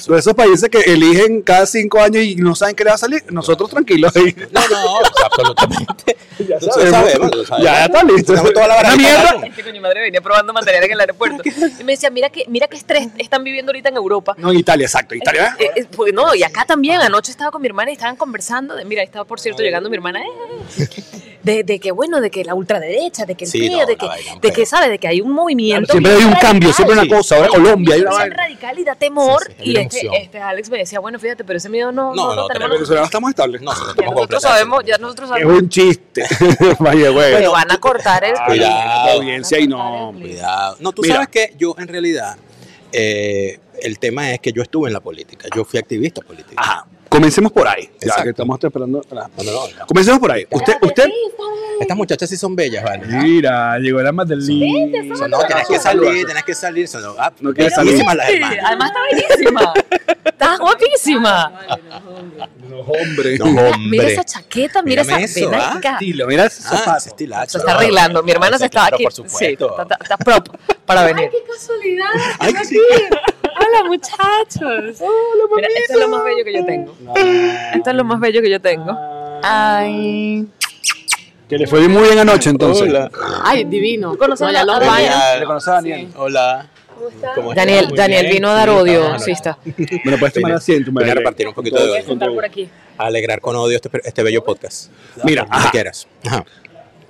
Speaker 3: Son esos países que eligen cada cinco años y no saben qué le va a salir, nosotros tranquilos. ahí.
Speaker 5: No, no, absolutamente.
Speaker 3: [LAUGHS]
Speaker 5: Ya
Speaker 3: sabemos. Ya está listo.
Speaker 5: Tenemos toda la
Speaker 3: Una
Speaker 5: barata.
Speaker 3: mierda.
Speaker 2: Es que coño, mi madre venía probando material en el
Speaker 3: [LAUGHS]
Speaker 2: aeropuerto. Y me decía, mira qué, mira qué estrés están viviendo ahorita en Europa.
Speaker 3: No, en Italia, exacto. Italia.
Speaker 2: Eh, eh, pues, no, y acá también. Anoche estaba con mi hermana y estaban conversando. De, mira, estaba por cierto llegando mi hermana. eh, de, de que bueno, de que la ultraderecha, de que el
Speaker 5: Sí,
Speaker 2: PRI,
Speaker 5: no,
Speaker 2: de
Speaker 5: una
Speaker 2: que,
Speaker 5: vaina, un
Speaker 2: de que
Speaker 5: peo.
Speaker 2: sabe, de que hay un movimiento.
Speaker 3: Siempre hay
Speaker 2: bien
Speaker 3: un cambio,
Speaker 2: radical.
Speaker 3: siempre
Speaker 5: Ah,
Speaker 3: una cosa. Ahora Colombia, hay una
Speaker 2: Movimiento
Speaker 3: vaina.
Speaker 2: radical y da temor.
Speaker 5: Sí, sí, hay
Speaker 2: y
Speaker 5: una
Speaker 2: este,
Speaker 5: emoción.
Speaker 2: este Alex me decía, bueno, fíjate, pero ese miedo no, no,
Speaker 5: No, no,
Speaker 2: lo
Speaker 5: tenemos-
Speaker 2: tenemos.
Speaker 3: venezolanos estamos estables.
Speaker 5: No,
Speaker 2: Ya
Speaker 5: estamos
Speaker 2: nosotros
Speaker 5: completos.
Speaker 2: sabemos, ya nosotros
Speaker 3: Es
Speaker 2: sabemos.
Speaker 3: un chiste. [LAUGHS] Vaya, güey.
Speaker 2: Pero van a cortar el
Speaker 3: Ay,
Speaker 2: clip.
Speaker 5: Cuidado.
Speaker 3: la audiencia y no.
Speaker 5: Cuidado. No, tú
Speaker 3: Mira.
Speaker 5: sabes que yo en realidad, eh, el tema es que yo estuve en la política, yo fui activista político.
Speaker 3: Ajá. Comencemos por ahí. Ya
Speaker 5: Exacto.
Speaker 3: que estamos esperando. ah,
Speaker 5: No, no, no.
Speaker 3: Comencemos por ahí. Usted, usted.
Speaker 5: Estas muchachas sí son bellas, ¿vale?
Speaker 3: Mira, llegó la Madeline.
Speaker 5: Son- No, tienes que salir, tienes que salir. son- ah,
Speaker 3: No quieres salir.
Speaker 5: bellísimas las
Speaker 2: Sí,
Speaker 5: hermanas.
Speaker 2: Además está bellísima. Está guapísima.
Speaker 3: No, hombre.
Speaker 5: No,
Speaker 2: Mira
Speaker 5: hombre.
Speaker 2: esa chaqueta, mira
Speaker 5: Mírame
Speaker 2: esa
Speaker 5: eso,
Speaker 2: ven
Speaker 5: ¿ah?
Speaker 2: acá.
Speaker 3: Estilo, mira ese
Speaker 5: Ah,
Speaker 3: zapato.
Speaker 5: ese estilacho.
Speaker 2: Se está arreglando. Mi hermana se está
Speaker 5: Claro,
Speaker 2: aquí.
Speaker 5: Por
Speaker 2: Sí,
Speaker 5: supuesto.
Speaker 2: está, está- está prop [LAUGHS] para venir.
Speaker 6: ¡Qué casualidad!
Speaker 5: Ay, sí.
Speaker 6: ¡Hola, muchachos!
Speaker 2: Mira, esto es lo más bello que yo tengo. Esto es lo más bello que yo tengo. Ay.
Speaker 3: Que le fue muy bien anoche entonces.
Speaker 5: Hola.
Speaker 8: Ay, divino.
Speaker 2: conoces
Speaker 8: No, ya
Speaker 2: a-
Speaker 8: los
Speaker 2: a
Speaker 8: baños.
Speaker 2: Daniel?
Speaker 5: Genial.
Speaker 3: ¿Le conoces a Daniel?
Speaker 5: Hola. ¿Cómo estás?
Speaker 2: Daniel,
Speaker 5: Muy
Speaker 2: Daniel
Speaker 5: bien.
Speaker 2: vino a dar
Speaker 5: Sí,
Speaker 2: odio.
Speaker 5: está,
Speaker 2: Sí,
Speaker 5: no,
Speaker 2: está.
Speaker 3: Bueno, puedes tomar
Speaker 5: Vine-
Speaker 3: asiento,
Speaker 5: vine a
Speaker 3: Madeline.
Speaker 5: repartir un poquito
Speaker 3: Con
Speaker 5: de
Speaker 3: eh, todo,
Speaker 5: odio.
Speaker 3: con todo.
Speaker 2: por aquí.
Speaker 5: a alegrar con odio este, este bello podcast.
Speaker 3: Mira,
Speaker 5: Por donde
Speaker 3: ajá.
Speaker 5: quieras. Ajá.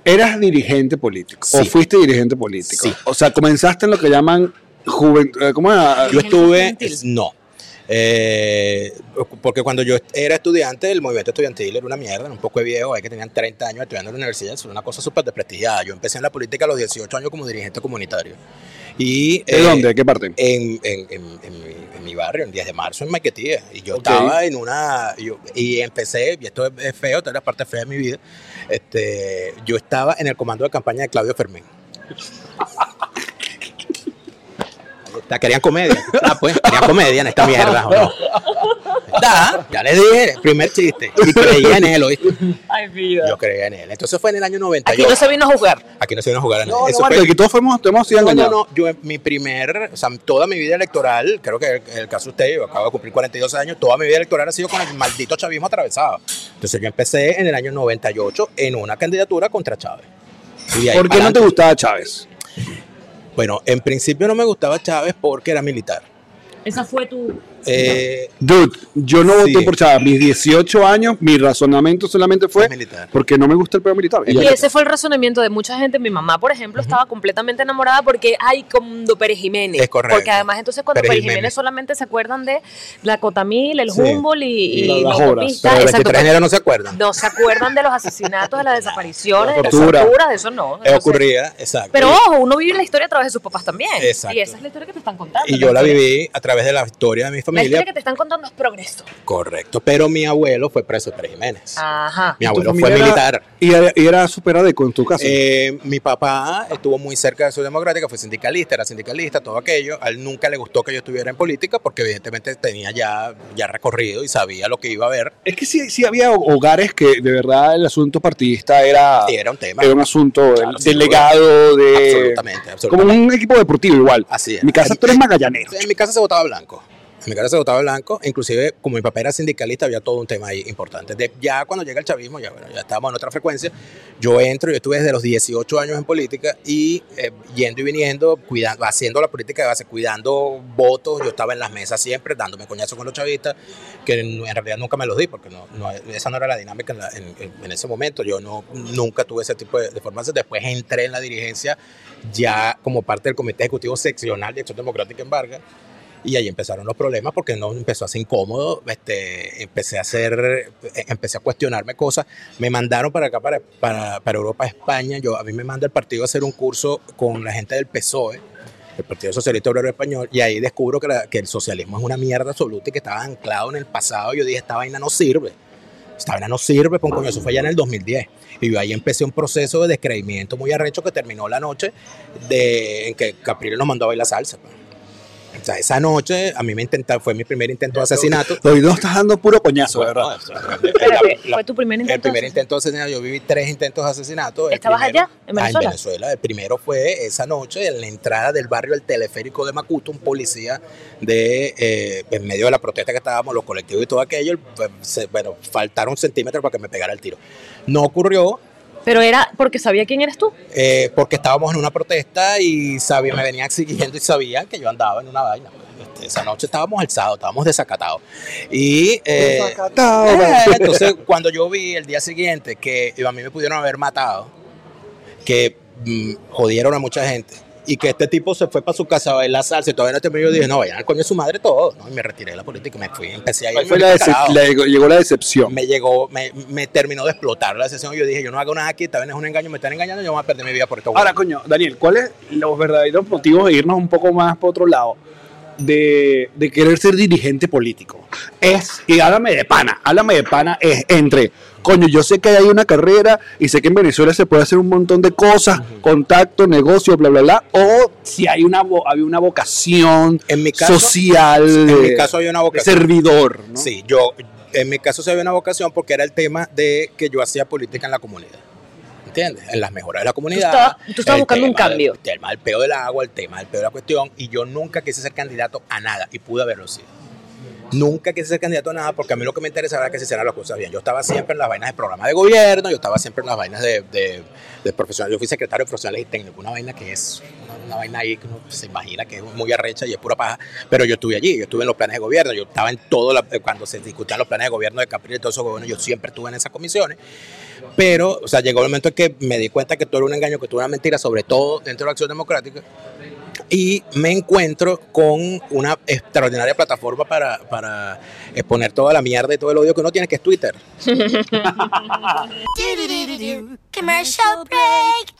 Speaker 3: Eras dirigente político. O
Speaker 5: Sí.
Speaker 3: fuiste dirigente político.
Speaker 5: Sí.
Speaker 3: O sea, comenzaste en lo que llaman juventud. ¿Cómo era?
Speaker 5: Yo estuve, no, Eh, porque cuando yo era estudiante, el movimiento estudiantil era una mierda, era un poco de viejo, hay que tenían 30 años estudiando en la universidad, eso era una cosa súper desprestigiada. Yo empecé en la política a los 18 años como dirigente comunitario. Y,
Speaker 3: ¿De
Speaker 5: eh,
Speaker 3: dónde? ¿De qué parte?
Speaker 5: En, en- en- en mi, en mi barrio, en 10 de marzo, en Maiquetía. Y yo estaba en una. yo- y empecé, y esto es, es feo, esta es la parte fea de mi vida. Este, yo estaba en el comando de campaña de Claudio Fermín. Está, querían comedia. Ah, pues, querían comedia en esta mierda, ¿o no? Da, ya le dije, primer chiste. Y creía en él, ¿oíste?
Speaker 2: Ay, vida.
Speaker 5: Yo creía en él. Entonces fue en el año
Speaker 2: Aquí
Speaker 5: 98.
Speaker 2: no se vino a jugar.
Speaker 5: Aquí no se vino a jugar a nadie.
Speaker 3: No,
Speaker 5: Eso
Speaker 3: no,
Speaker 5: fue-
Speaker 3: vale, que todos fuimos, todos hemos sido
Speaker 5: no, no,
Speaker 3: engañados.
Speaker 5: no, yo en mi primer, o sea, toda mi vida electoral, creo que en el caso de usted, yo acabo de cumplir 42 años, toda mi vida electoral ha sido con el maldito chavismo atravesado. Entonces yo empecé en el año 98 en una candidatura contra Chávez. Y de ahí
Speaker 3: ¿Por qué
Speaker 5: para
Speaker 3: no
Speaker 5: adelante.
Speaker 3: te gustaba Chávez?
Speaker 5: Bueno, en principio no me gustaba Chávez porque era militar.
Speaker 2: Esa fue tu.
Speaker 5: Eh,
Speaker 3: Dude, yo no
Speaker 5: Sí.
Speaker 3: voté por Chávez. Mis 18 años, mi razonamiento solamente fue
Speaker 5: Es militar.
Speaker 3: porque no me gusta el pedo militar. Y
Speaker 2: Y
Speaker 3: ya.
Speaker 2: ese fue el razonamiento de mucha gente. Mi mamá, por ejemplo, estaba completamente enamorada porque hay cuando Pérez Jiménez.
Speaker 5: Es correcto.
Speaker 2: Porque además, entonces, cuando
Speaker 5: Pérez
Speaker 2: Pérez
Speaker 5: Jiménez.
Speaker 2: Jiménez, solamente se acuerdan de la Cotamil, el
Speaker 5: Sí.
Speaker 2: Humboldt y,
Speaker 3: Y
Speaker 2: y
Speaker 3: las
Speaker 2: la
Speaker 3: obras.
Speaker 2: autopista.
Speaker 5: pero el
Speaker 2: Exacto,
Speaker 5: 23 de enero no se acuerdan.
Speaker 2: No se acuerdan de los asesinatos, de las desapariciones, de las
Speaker 3: tortura.
Speaker 2: torturas, de eso no.
Speaker 5: Eh,
Speaker 2: Entonces-
Speaker 5: ocurría, exacto.
Speaker 2: Pero ojo, uno vive la historia a través de sus papás también.
Speaker 5: Exacto.
Speaker 2: Y esa es la historia que te están contando.
Speaker 5: y yo la
Speaker 2: historia-
Speaker 5: viví a través de la historia de mi
Speaker 2: La historia
Speaker 5: familia.
Speaker 2: que te están contando es progreso.
Speaker 5: Correcto. Pero mi abuelo fue preso de Pérez Jiménez.
Speaker 2: Ajá.
Speaker 5: Mi
Speaker 3: ¿Tu
Speaker 5: abuelo
Speaker 3: familia
Speaker 5: fue
Speaker 3: era-
Speaker 5: militar.
Speaker 3: Y era, y era súper adecuado en tu caso.
Speaker 5: Eh, mi papá estuvo muy cerca de su democrática, fue sindicalista, era sindicalista, todo aquello. A él nunca le gustó que yo estuviera en política porque evidentemente tenía ya, ya recorrido y sabía lo que iba a ver.
Speaker 3: es que sí, sí había hogares que de verdad el asunto partidista era,
Speaker 5: Y era un tema.
Speaker 3: era un asunto del-
Speaker 5: Claro, sin
Speaker 3: del
Speaker 5: duda.
Speaker 3: legado de...
Speaker 5: absolutamente,
Speaker 3: Como
Speaker 5: absolutamente.
Speaker 3: un equipo deportivo igual.
Speaker 5: Así es.
Speaker 3: Mi casa tú eres magallanero.
Speaker 5: En mi casa se votaba blanco. En mi casa se votaba blanco. Inclusive, como mi papá era sindicalista, había todo un tema ahí importante. De- ya cuando llega el chavismo, ya, bueno, ya estábamos en otra frecuencia. Yo entro, yo estuve desde los 18 años en política y eh, yendo y viniendo, cuidando, haciendo la política de base, cuidando votos. Yo estaba en las mesas siempre, dándome coñazo con los chavistas, que en, en realidad nunca me los di, porque no, no- esa no era la dinámica en, la- en- en- en ese momento. Yo no, nunca tuve ese tipo de, de formación. Después entré en la dirigencia ya como parte del Comité Ejecutivo Seccional de Acción Democrática en Vargas. Y ahí empezaron los problemas porque no empezó a ser incómodo, este, empecé a hacer, eh, empecé a cuestionarme cosas. Me mandaron para acá, para, para, para Europa, España. Yo, a mí me manda el partido a hacer un curso con la gente del PSOE, E, el Partido Socialista Obrero Español, y ahí descubro que, la- que el socialismo es una mierda absoluta y que estaba anclado en el pasado. Yo dije, esta vaina no sirve. Esta vaina no sirve, pues coño, eso fue allá en el 2010. Y yo ahí empecé un proceso de descreimiento muy arrecho que terminó la noche de, en que Caprile nos mandó a bailar salsa. pues. O sea, esa noche a mí me intentaron, fue mi primer intento de
Speaker 3: [LAUGHS]
Speaker 5: asesinato.
Speaker 3: Hoy no estás dando puro coñazo,
Speaker 5: Bueno,
Speaker 3: ¿verdad?
Speaker 5: o sea, la-
Speaker 2: Espérate,
Speaker 5: la-
Speaker 2: ¿fue tu primer
Speaker 5: el
Speaker 2: intento?
Speaker 5: primer intento de asesinato, yo viví tres intentos de asesinato. El
Speaker 2: ¿Estabas
Speaker 5: primero-
Speaker 2: allá, en
Speaker 5: Ah,
Speaker 2: Venezuela?
Speaker 5: en Venezuela. El primero fue esa noche en la entrada del barrio del teleférico de Macuto, un policía de eh, en medio de la protesta que estábamos, los colectivos y todo aquello, pues, se- bueno, faltaron centímetros para que me pegara el tiro. No ocurrió,
Speaker 2: Pero era porque sabía quién eres tú.
Speaker 5: eh, porque estábamos en una protesta y sabía, me venían siguiendo y sabían que yo andaba en una vaina. Este, esa noche estábamos alzados, estábamos desacatados. Y eh,
Speaker 3: Ah,
Speaker 5: eh, entonces cuando yo vi el día siguiente que a mí me pudieron haber matado, que mm, jodieron a mucha gente. Y que este tipo se fue para su casa a bailar salsa y todavía no terminó. Yo dije, no, vayan al coño de su madre todo. ¿no? Y me retiré de la política y me fui. Empecé a ir
Speaker 3: Ahí fue
Speaker 5: muy
Speaker 3: la
Speaker 5: descarado.
Speaker 3: decep- la- llegó la decepción.
Speaker 5: Me llegó, me, me terminó de explotar la sesión. Yo dije, yo no hago nada aquí, esta vez es un engaño, me están engañando, yo voy a perder mi vida por esto.
Speaker 3: Ahora, coño, Daniel, ¿cuáles los verdaderos motivos de irnos un poco más por otro lado? De, de querer ser dirigente político. Es, y háblame de pana, háblame de pana, es entre, coño, yo sé que hay una carrera y sé que en Venezuela se puede hacer un montón de cosas, contacto, negocio, bla, bla, bla, o si hay una, vo- había una vocación
Speaker 5: En mi caso-
Speaker 3: social,
Speaker 5: en mi
Speaker 3: de-
Speaker 5: caso había una
Speaker 3: eh, de
Speaker 5: vocación.
Speaker 3: servidor. ¿no?
Speaker 5: Sí, yo, en mi caso se había una vocación porque era el tema de que yo hacía política en la comunidad. ¿Entiendes? En las mejoras de la comunidad.
Speaker 2: estabas- tú estabas
Speaker 5: el
Speaker 2: buscando un
Speaker 5: tema del-
Speaker 2: cambio.
Speaker 5: El tema del peo del agua, el tema del peo de la cuestión, y yo nunca quise ser candidato a nada, y pude haberlo sido. Nunca quise ser candidato a nada porque a mí lo que me interesaba era que se hicieran las cosas bien. Yo estaba siempre en las vainas de programas de gobierno, yo estaba siempre en las vainas de, de, de profesionales. Yo fui secretario de profesionales y técnico, una vaina que es una, una vaina ahí que uno se imagina que es muy arrecha y es pura paja. Pero yo estuve allí, yo estuve en los planes de gobierno, yo estaba en todo, la- cuando se discutían los planes de gobierno de Capri y todo eso, bueno, yo siempre estuve en esas comisiones. Pero, o sea, llegó el momento en que me di cuenta que todo era un engaño, que todo era una mentira, sobre todo dentro de la acción democrática y me encuentro con una extraordinaria plataforma para, para exponer toda la mierda y todo el odio que uno tiene, que es Twitter.
Speaker 1: Commercial break.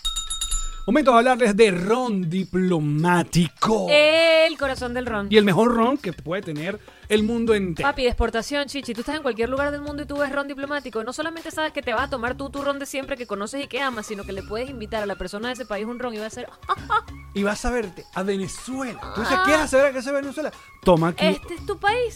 Speaker 8: Momento de hablarles de ron diplomático.
Speaker 9: El corazón del ron.
Speaker 8: Y el mejor ron que puede tener el mundo entero.
Speaker 9: Papi, de exportación, chichi. Tú estás en cualquier lugar del mundo y tú ves ron diplomático. No solamente sabes que te vas a tomar tú tu ron de siempre que conoces y que amas, sino que le puedes invitar a la persona de ese país un ron y va a ser. "Ah,
Speaker 8: Y vas a verte a Venezuela. Tú dices, ¿quieres saber a qué se Venezuela? Toma aquí.
Speaker 9: Este es tu país.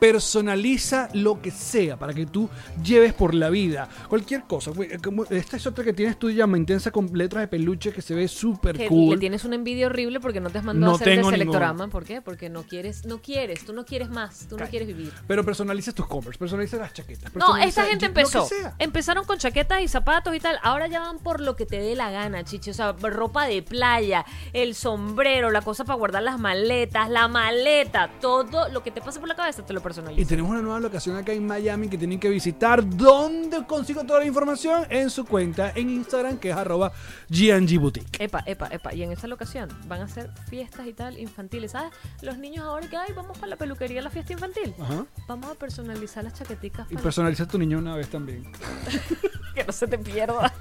Speaker 8: personaliza lo que sea para que tú lleves por la vida. Cualquier cosa. güey, eh, como- Esta es otra que tienes tú, llama intensa con letras de peluche que se ve súper
Speaker 9: Que
Speaker 8: cool.
Speaker 9: le tienes una envidia horrible porque no te has mandado
Speaker 8: No
Speaker 9: a hacer de
Speaker 8: tengo
Speaker 9: selectorama.
Speaker 8: ninguna.
Speaker 9: ¿Por qué? Porque no quieres, no quieres, tú no quieres más, tú no quieres vivir.
Speaker 8: Pero personaliza tus covers, personaliza las chaquetas.
Speaker 9: No,
Speaker 8: personaliza
Speaker 9: esta gente
Speaker 8: lo que
Speaker 9: empezó.
Speaker 8: sea.
Speaker 9: Empezaron con chaquetas y zapatos y tal. Ahora ya van por lo que te dé la gana, chichi. O sea, ropa de playa, el sombrero, la cosa para guardar las maletas, la maleta, todo lo que te pase por la cabeza te lo
Speaker 2: personalizan.
Speaker 8: Y tenemos una nueva locación acá en Miami que tienen que visitar. ¿Dónde consigo toda la información? En su cuenta en Instagram, que es arroba GNG Boutique.
Speaker 2: Epa, epa, epa. Y en esa locación van a hacer fiestas y tal infantiles. ¿Sabes? Los niños ahora que hay, vamos para la peluquería a la fiesta infantil.
Speaker 8: Ajá.
Speaker 2: Vamos a personalizar las chaqueticas
Speaker 8: Y
Speaker 2: para
Speaker 8: personaliza tu niño una vez
Speaker 9: [LAUGHS]
Speaker 8: también.
Speaker 2: que no se te pierda.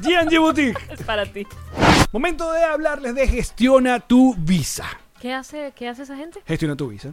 Speaker 8: GNG Boutique.
Speaker 2: es para ti.
Speaker 8: Momento de hablarles de Gestiona tu Visa.
Speaker 2: ¿Qué hace, qué hace esa gente?
Speaker 8: Gestiona tu Visa.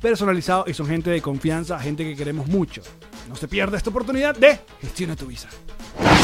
Speaker 8: personalizado y son gente de confianza, gente que queremos mucho. No se pierda esta oportunidad de Gestiona tu Visa.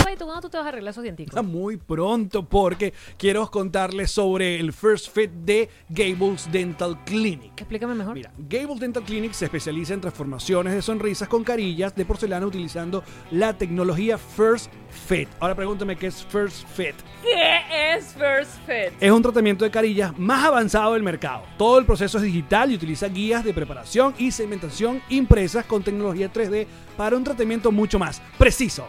Speaker 2: Oye, ¿tú cuándo tú te vas a arreglar esos dienticos?
Speaker 8: Está muy pronto porque quiero contarles sobre el First Fit de Gables Dental Clinic.
Speaker 2: Explícame mejor.
Speaker 8: Mira, Gable Dental Clinic se especializa en transformaciones de sonrisas con carillas de porcelana utilizando la tecnología First Fit. Ahora pregúntame qué es First Fit.
Speaker 2: ¿Qué es First Fit?
Speaker 8: Es un tratamiento de carillas más avanzado del mercado. Todo el proceso es digital y utiliza guías de preparación y segmentación impresas con tecnología 3D para un tratamiento mucho más preciso,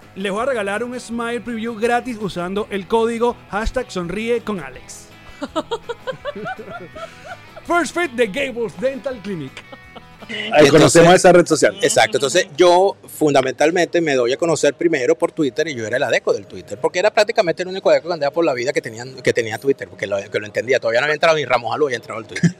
Speaker 8: les voy a regalar un Smile Preview gratis usando el código hashtag sonríe con Alex. First Fit de Gables Dental Clinic.
Speaker 3: Ahí conocemos esa red social.
Speaker 5: Exacto, entonces yo fundamentalmente me doy a conocer primero por Twitter y yo era el adeco del Twitter, porque era prácticamente el único adeco que andaba por la vida que, tenían, que tenía Twitter, porque lo, que lo entendía, todavía no había entrado ni Ramos Alú había entrado al Twitter.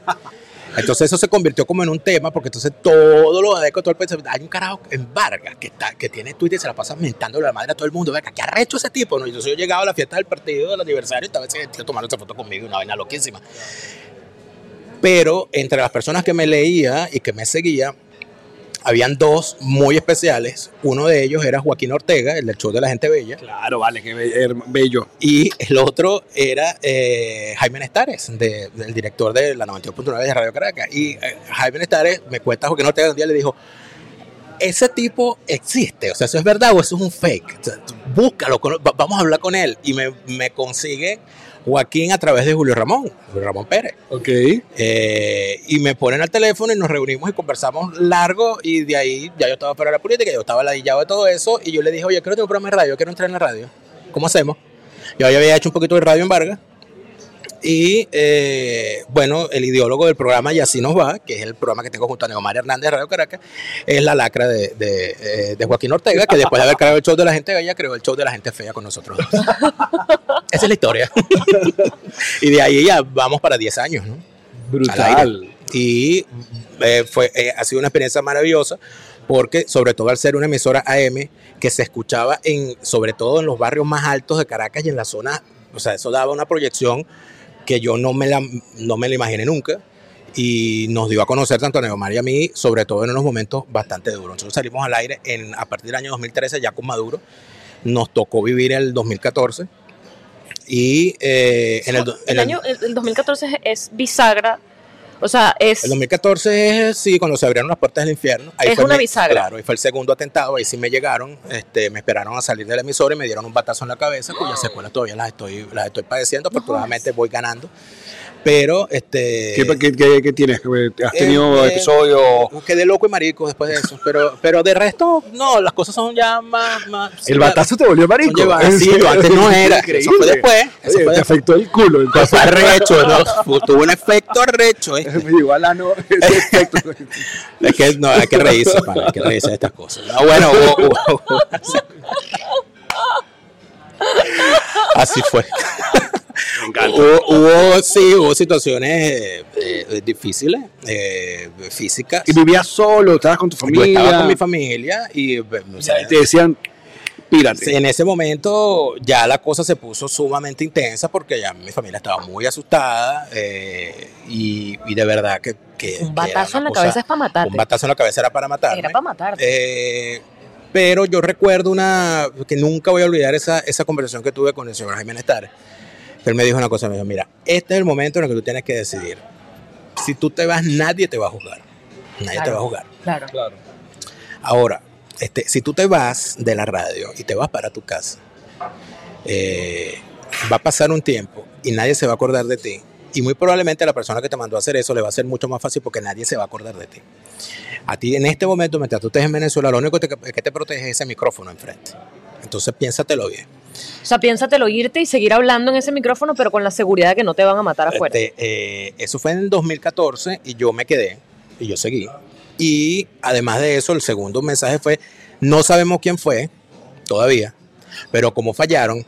Speaker 5: Entonces eso se convirtió como en un tema, porque entonces todos los adecos, todo el país, hay un carajo en Vargas que, está, que tiene Twitter y se la pasa mentándole la madre a todo el mundo, venga, ¿qué arrecho ese tipo? ¿no? Y entonces yo llegaba a la fiesta del partido, del aniversario, y estaba ese tío tomando esa foto conmigo, una vaina loquísima. Pero entre las personas que me leía y que me seguía, habían dos muy especiales. Uno de ellos era Joaquín Ortega, el del show de la gente bella.
Speaker 3: Claro, vale, qué be-
Speaker 5: er,
Speaker 3: her- bello.
Speaker 5: Y el otro era eh, Jaime Nestares, de- del director de la 92.9 de Radio Caracas. Y eh, Jaime Nestares, me cuenta Joaquín Ortega, un día le dijo, ese tipo existe, o sea, eso es verdad o eso es un fake. O sea, tú búscalo, cono- va- vamos a hablar con él. Y me, me consigue Joaquín a través de Julio Ramón, Julio Ramón Pérez.
Speaker 3: Ok.
Speaker 5: Eh, y me ponen al teléfono y nos reunimos y conversamos largo y de ahí ya yo estaba fuera de la política, yo estaba ladillado de todo eso y yo le dije, oye, quiero tener un programa de radio, quiero entrar en la radio. ¿Cómo hacemos? Yo ya había hecho un poquito de radio en Vargas y eh, bueno, el ideólogo del programa Y así nos va, que es el programa que tengo junto a Neomar Hernández de Radio Caracas, es la lacra de, de, eh, de Joaquín Ortega, que después de haber creado el show de la gente bella, creó el show de la gente fea con nosotros. dos. Esa es la historia. [LAUGHS] y de ahí ya vamos para 10 años, ¿no? Al
Speaker 3: Brutal.
Speaker 5: aire. Y eh, fue, eh, ha sido una experiencia maravillosa porque sobre todo al ser una emisora AM que se escuchaba en, sobre todo en los barrios más altos de Caracas y en la zona, o sea, eso daba una proyección que yo no me la, no me la imaginé nunca. Y nos dio a conocer tanto a Neomar y a mí, sobre todo en unos momentos bastante duros. Nosotros salimos al aire en, a partir del año 2013 ya con Maduro. Nos tocó vivir el 2014. Y eh, en el, do- en
Speaker 2: Ah, El año el, el 2014 es bisagra. O sea, es.
Speaker 5: el 2014 es, sí, cuando se abrieron las puertas del infierno. Ahí
Speaker 2: Es
Speaker 5: fue
Speaker 2: una
Speaker 5: mi-
Speaker 2: bisagra.
Speaker 5: Claro, ahí fue el segundo atentado, ahí sí me llegaron, este, me esperaron a salir de la emisora y me dieron un batazo en la cabeza,
Speaker 2: [GASPS]
Speaker 5: cuyas secuelas todavía las estoy, las estoy padeciendo, afortunadamente voy ganando. Pero, este...
Speaker 3: ¿Qué, pa- qué, qué- qué tienes? ¿Has
Speaker 5: eh,
Speaker 3: tenido
Speaker 5: eh,
Speaker 3: episodios?
Speaker 5: Quedé loco y marico después de eso, pero, pero de resto, no, las cosas son ya más... más-
Speaker 3: El batazo te volvió
Speaker 5: son
Speaker 3: marico. [LAUGHS]
Speaker 5: llevadas, sí, yo antes no era, eso fue después, eso
Speaker 3: Oye,
Speaker 5: fue
Speaker 3: te
Speaker 5: después.
Speaker 3: afectó el culo.
Speaker 5: Pero [LAUGHS]
Speaker 3: Entonces, [LAUGHS]
Speaker 5: fue arrecho, ¿no? tuvo un efecto arrecho. ¿eh?
Speaker 3: igual a no. ese efecto.
Speaker 5: Es que no, hay que reírse, para, hay que reírse de estas cosas. No, bueno, hubo- hubo- hubo- así fue. Hubo, hubo, sí, hubo situaciones eh, eh, difíciles, eh, físicas.
Speaker 3: Y vivías solo, estabas con tu
Speaker 5: Yo
Speaker 3: familia.
Speaker 5: estaba con mi familia y eh, o sea,
Speaker 3: Y te decían, Conspírate.
Speaker 5: en ese momento ya la cosa se puso sumamente intensa porque ya mi familia estaba muy asustada eh, y, y de verdad que... que-
Speaker 2: Un
Speaker 5: que era
Speaker 2: batazo en
Speaker 5: una
Speaker 2: la
Speaker 5: cosa-
Speaker 2: cabeza es para matarte.
Speaker 5: Un batazo en la cabeza era para matarme.
Speaker 2: Era para matarte.
Speaker 5: Eh, pero yo recuerdo una que nunca voy a olvidar esa, esa conversación que tuve con el señor Jiménez Tarek. Él me dijo una cosa, me dijo, mira, este es el momento en el que tú tienes que decidir. Si tú te vas, nadie te va a juzgar. Nadie te
Speaker 2: Claro.
Speaker 5: va a juzgar.
Speaker 2: Claro.
Speaker 5: Ahora, este, si tú te vas de la radio y te vas para tu casa, eh, va a pasar un tiempo y nadie se va a acordar de ti. Y muy probablemente a la persona que te mandó a hacer eso le va a ser mucho más fácil porque nadie se va a acordar de ti. A ti en este momento, mientras tú estés en Venezuela, lo único que te, que te protege es ese micrófono enfrente. Entonces piénsatelo bien.
Speaker 2: O sea, piénsatelo irte y seguir hablando en ese micrófono, pero con la seguridad de que no te van a matar afuera.
Speaker 5: Este, eh, eso fue en el 2014 y yo me quedé y yo seguí. Y además de eso, el segundo mensaje fue, no sabemos quién fue todavía, pero como fallaron,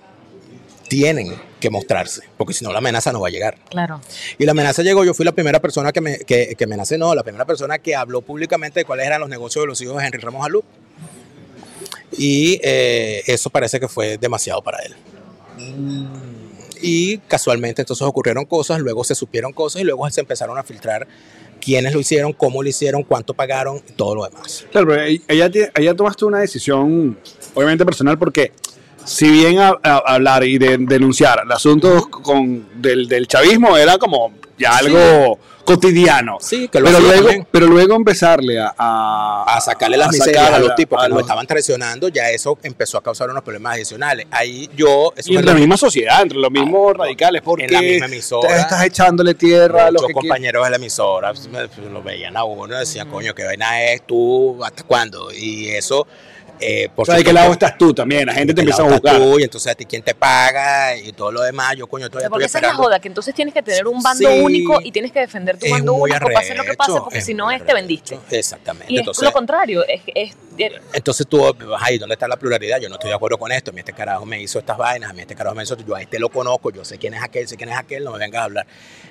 Speaker 5: tienen que mostrarse, porque si no la amenaza no va a llegar.
Speaker 2: Claro.
Speaker 5: Y la amenaza llegó, yo fui la primera persona que me que, que amenacé, no, la primera persona que habló públicamente de cuáles eran los negocios de los hijos de Henry Ramos Alú. Y eh, eso parece que fue demasiado para él. Mm. Y casualmente entonces ocurrieron cosas, luego se supieron cosas y luego se empezaron a filtrar quiénes lo hicieron, cómo lo hicieron, cuánto pagaron y todo lo demás.
Speaker 3: Claro, pero ahí- allá, ti- allá tomaste una decisión, obviamente personal, porque si bien a- a- hablar y de- denunciar el asunto con, del, del chavismo era como ya algo cotidiano.
Speaker 5: Sí, que lo
Speaker 3: Pero
Speaker 5: hacían
Speaker 3: luego,
Speaker 5: también.
Speaker 3: pero luego empezarle a, a,
Speaker 5: a sacarle las miserias a
Speaker 3: sacarla,
Speaker 5: los tipos
Speaker 3: a
Speaker 5: que nos
Speaker 3: los-
Speaker 5: estaban traicionando, ya eso empezó a causar unos problemas adicionales. Ahí yo... eso
Speaker 3: y
Speaker 5: fue
Speaker 3: entre la
Speaker 5: lo-
Speaker 3: misma sociedad, entre los mismos radicales, porque
Speaker 5: en la misma emisora.
Speaker 3: te estás echándole tierra a los
Speaker 5: Muchos
Speaker 3: que quieren.
Speaker 5: compañeros de la emisora pues, me- pues, lo veían a uno, decían, coño, qué vaina es tú, ¿hasta cuándo? Y eso, eh, por
Speaker 3: O sea, ¿de qué
Speaker 5: supuesto,
Speaker 3: lado estás tú también? La gente te
Speaker 5: ¿de qué
Speaker 3: empieza a
Speaker 5: lado estás
Speaker 3: buscar.
Speaker 5: tú? y entonces a ti quién te paga y todo lo demás, yo coño,
Speaker 2: O
Speaker 5: todavía
Speaker 2: sea, porque esa
Speaker 5: estoy
Speaker 2: es la
Speaker 5: esperando.
Speaker 2: joda, que entonces tienes que tener un bando
Speaker 5: Sí.
Speaker 2: único y tienes que defender tu
Speaker 5: Es
Speaker 2: bando
Speaker 5: muy
Speaker 2: único, pase lo que pase,
Speaker 5: arrecho,
Speaker 2: porque
Speaker 5: es
Speaker 2: si no
Speaker 5: muy
Speaker 2: es te
Speaker 5: arrecho.
Speaker 2: vendiste.
Speaker 5: Exactamente.
Speaker 2: Y es
Speaker 5: entonces,
Speaker 2: lo contrario, es, es- es-
Speaker 5: Entonces tú, ay, ¿dónde está la pluralidad? Yo no estoy de acuerdo con esto. A mí este carajo me hizo estas vainas, a mí este carajo me hizo, yo a este lo conozco, yo sé quién es aquel, sé quién es aquel, no me vengas a hablar.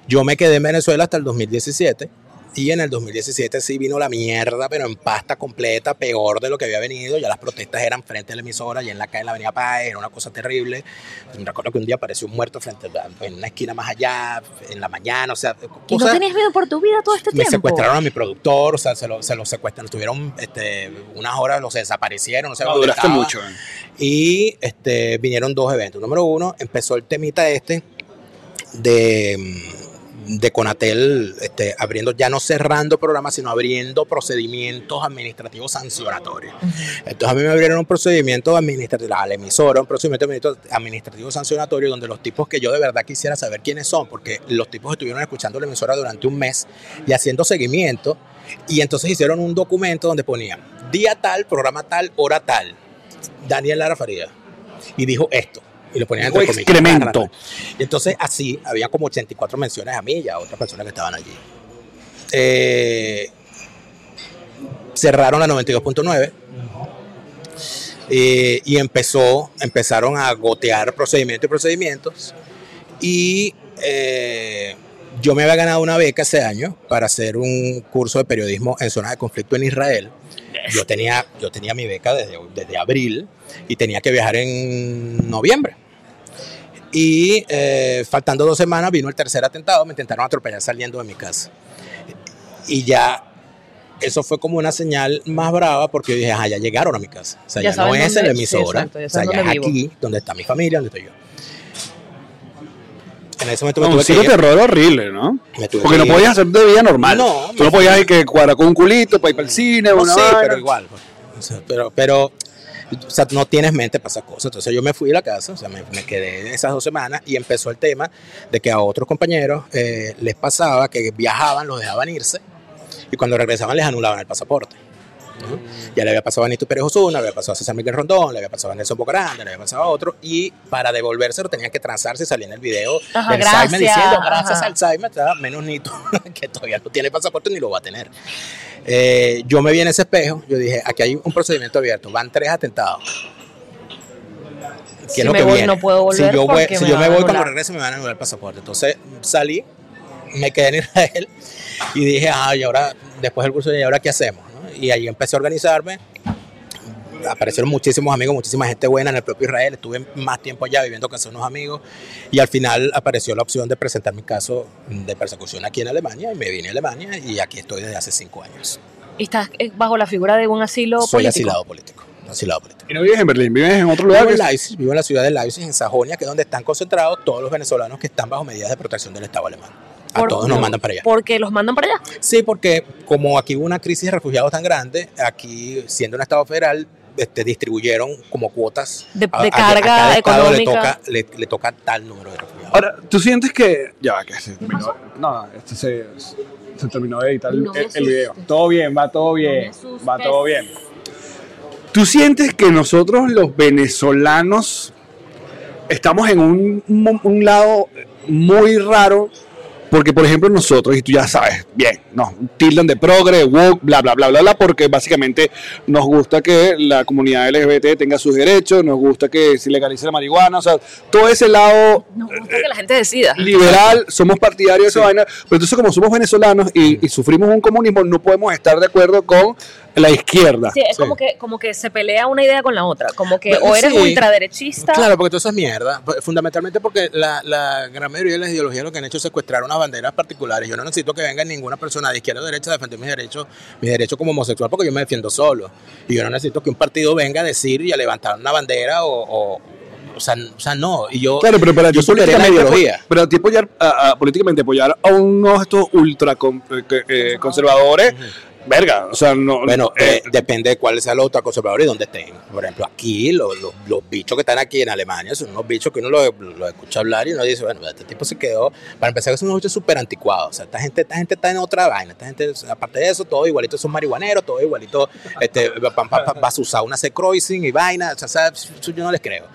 Speaker 5: Yo me quedé en Venezuela hasta el 2017 y en el 2017 sí vino la mierda, pero en pasta completa, peor de lo que había venido. Ya las protestas eran frente a la emisora y en la calle, en la Avenida Paz, era una cosa terrible. Me recuerdo que un día apareció un muerto frente a- en una esquina más allá, en la mañana, o sea,
Speaker 2: y no
Speaker 5: cosas-
Speaker 2: tenías miedo por tu vida todo este
Speaker 5: me
Speaker 2: tiempo.
Speaker 5: secuestraron a mi productor, o sea, se lo, se lo secuestraron, tuvieron este, unas horas, los desaparecieron, no sé
Speaker 3: No,
Speaker 5: dónde
Speaker 3: duraste
Speaker 5: estaba.
Speaker 3: mucho. ¿eh?
Speaker 5: Y este, vinieron dos eventos. Número uno, empezó el temita este de, mm, de Conatel este, abriendo, ya no cerrando programas, sino abriendo procedimientos administrativos sancionatorios. Entonces a mí me abrieron un procedimiento administrativo, a la emisora, un procedimiento administra- administrativo sancionatorio donde los tipos que yo de verdad quisiera saber quiénes son, porque los tipos estuvieron escuchando la emisora durante un mes y haciendo seguimiento, y entonces hicieron un documento donde ponía día tal, programa tal, hora tal, Daniel Lara Faría, y dijo esto. Y lo ponían
Speaker 3: Dijo
Speaker 5: entre comillas.
Speaker 3: excremento.
Speaker 5: Y entonces así había como 84 menciones a mí y a otras personas que estaban allí. Eh, cerraron la 92.9 eh, y empezó, empezaron a gotear procedimientos y procedimientos. Y eh, yo me había ganado una beca ese año para hacer un curso de periodismo en zonas de conflicto en Israel. Yo tenía, yo tenía mi beca desde, desde abril y tenía que viajar en noviembre. Y eh, faltando dos semanas vino el tercer atentado, me intentaron atropellar saliendo de mi casa. Y ya eso fue como una señal más brava porque yo dije, ajá, ya llegaron a mi casa. O sea,
Speaker 2: Ya
Speaker 5: ya, no
Speaker 2: saben
Speaker 5: es en la
Speaker 2: dónde- sí,
Speaker 5: emisora,
Speaker 2: exacto, ya
Speaker 5: o sea,
Speaker 2: saben
Speaker 5: ya es
Speaker 2: dónde vivo.
Speaker 5: aquí, donde está mi familia, donde estoy yo. En ese momento me
Speaker 3: Un
Speaker 5: tuve que
Speaker 3: ciclo
Speaker 5: ir.
Speaker 3: terror horrible, ¿no?
Speaker 5: Me tuve
Speaker 3: Porque
Speaker 5: que
Speaker 3: no
Speaker 5: ir.
Speaker 3: podías hacer de vida normal.
Speaker 5: No,
Speaker 3: Tú no
Speaker 5: me-
Speaker 3: podías ir que cuadrar con un culito para ir para el cine
Speaker 5: No,
Speaker 3: una
Speaker 5: sí,
Speaker 3: vaina.
Speaker 5: pero igual. pues. O sea, pero, pero o sea, no tienes mente para esas cosas. Entonces yo me fui a la casa, o sea, me, me quedé esas dos semanas y empezó el tema de que a otros compañeros eh, les pasaba que viajaban, los dejaban irse y cuando regresaban les anulaban el pasaporte. ¿no? Ya le había pasado a Nito Pérez Osuna, le había pasado a César Miguel Rondón, le había pasado a Nelson Bocaranda, le había pasado a otro y para devolvérselo tenían que transarse y salía en el video
Speaker 2: Ajá,
Speaker 5: de Alzheimer
Speaker 2: gracias,
Speaker 5: diciendo gracias
Speaker 2: ajá.
Speaker 5: Alzheimer, ¿verdad? menos Nito [LAUGHS] que todavía no tiene pasaporte ni lo va a tener. Eh, yo me vi en ese espejo, yo dije, aquí hay un procedimiento abierto, van tres atentados. ¿Qué
Speaker 2: Si me voy, no puedo volver
Speaker 5: Si yo, voy-
Speaker 2: porque
Speaker 5: si
Speaker 2: me
Speaker 5: yo
Speaker 2: van
Speaker 5: me
Speaker 2: a
Speaker 5: voy,
Speaker 2: anular.
Speaker 5: cuando regreso me van a anular el pasaporte. Entonces salí, me quedé en Israel y dije, ah, y ahora, después del curso, ¿y ahora qué hacemos? no? Y ahí empecé a organizarme. aparecieron muchísimos amigos, muchísima gente buena en el propio Israel. Estuve más tiempo allá viviendo con unos amigos y al final apareció la opción de presentar mi caso de persecución aquí en Alemania y me vine a Alemania y aquí estoy desde hace cinco años.
Speaker 2: Y estás eh, bajo la figura de un asilo
Speaker 5: Soy
Speaker 2: político.
Speaker 5: asilado político. Asilado político.
Speaker 3: Y no vives en Berlín, vives en otro lugar.
Speaker 5: Vivo
Speaker 3: que
Speaker 5: en
Speaker 3: es-
Speaker 5: Leipzig, vivo en la ciudad de Leipzig, en Sajonia, que es donde están concentrados todos los venezolanos que están bajo medidas de protección del Estado alemán. A
Speaker 2: Por-
Speaker 5: todos nos mandan para allá.
Speaker 2: Porque los mandan para allá.
Speaker 5: Sí, porque como aquí hubo una crisis de refugiados tan grande, aquí siendo un estado federal, este, distribuyeron como cuotas
Speaker 2: De-
Speaker 5: a-
Speaker 2: de
Speaker 5: a- a
Speaker 2: carga
Speaker 5: cada estado
Speaker 2: económica.
Speaker 5: Le toca, le, le toca tal número de refugiados.
Speaker 3: Ahora, ¿tú sientes que.? Ya, va, que se terminó. No, este se, se terminó de editar el,
Speaker 2: No me
Speaker 3: el
Speaker 2: asustes.
Speaker 3: video. Todo bien, va todo bien.
Speaker 2: asustes.
Speaker 3: va todo bien. ¿Tú sientes que nosotros, los venezolanos, estamos en un, un- un lado muy raro? Porque, por ejemplo, nosotros, y tú ya sabes, bien, nos tildan de progre, woke, bla, bla, bla, bla, bla, porque básicamente nos gusta que la comunidad LGBT tenga sus derechos, nos gusta que se legalice la marihuana, o sea, todo ese lado
Speaker 2: Nos
Speaker 5: Eh,
Speaker 2: gusta que la gente decida.
Speaker 3: liberal, somos partidarios de esa vaina, pero entonces como somos venezolanos y, y sufrimos un comunismo, no podemos estar de acuerdo con la izquierda.
Speaker 2: Sí, es como que como que se pelea una idea con la otra, como que
Speaker 5: Bueno,
Speaker 2: o eres
Speaker 5: sí.
Speaker 2: ultraderechista
Speaker 5: Claro, porque todo eso es mierda. P- Fundamentalmente porque la, la gran mayoría de las ideologías lo que han hecho es secuestrar unas banderas particulares. Yo no necesito que venga ninguna persona de izquierda o derecha a defender mis derechos, mis derechos como homosexual, porque yo me defiendo solo. Y yo no necesito que un partido venga a decir y a levantar una bandera o... o o sea, n- o sea, no, y yo,
Speaker 3: Claro, pero para
Speaker 5: yo
Speaker 3: ti
Speaker 5: toleré la
Speaker 3: políticamente,
Speaker 5: ideología.
Speaker 3: pero a ti apoyar, a- a- políticamente apoyar a unos de estos ultra con- eh, que- eh, conservadores, verga, o sea, no...
Speaker 5: Bueno,
Speaker 3: eh,
Speaker 5: eh, depende de cuál sea los otros conservadores y dónde estén. Por ejemplo, aquí, los, los, los bichos que están aquí en Alemania son unos bichos que uno los los escucha hablar y uno dice, bueno, este tipo se quedó. Para empezar, son unos bichos súper anticuados. O sea, esta gente, esta gente está en otra vaina. Esta gente, aparte de eso, todos igualitos son marihuaneros, todos igualitos este, van a usar una C-Crossing y vaina. O sea, ¿sabes? Eso yo no les creo.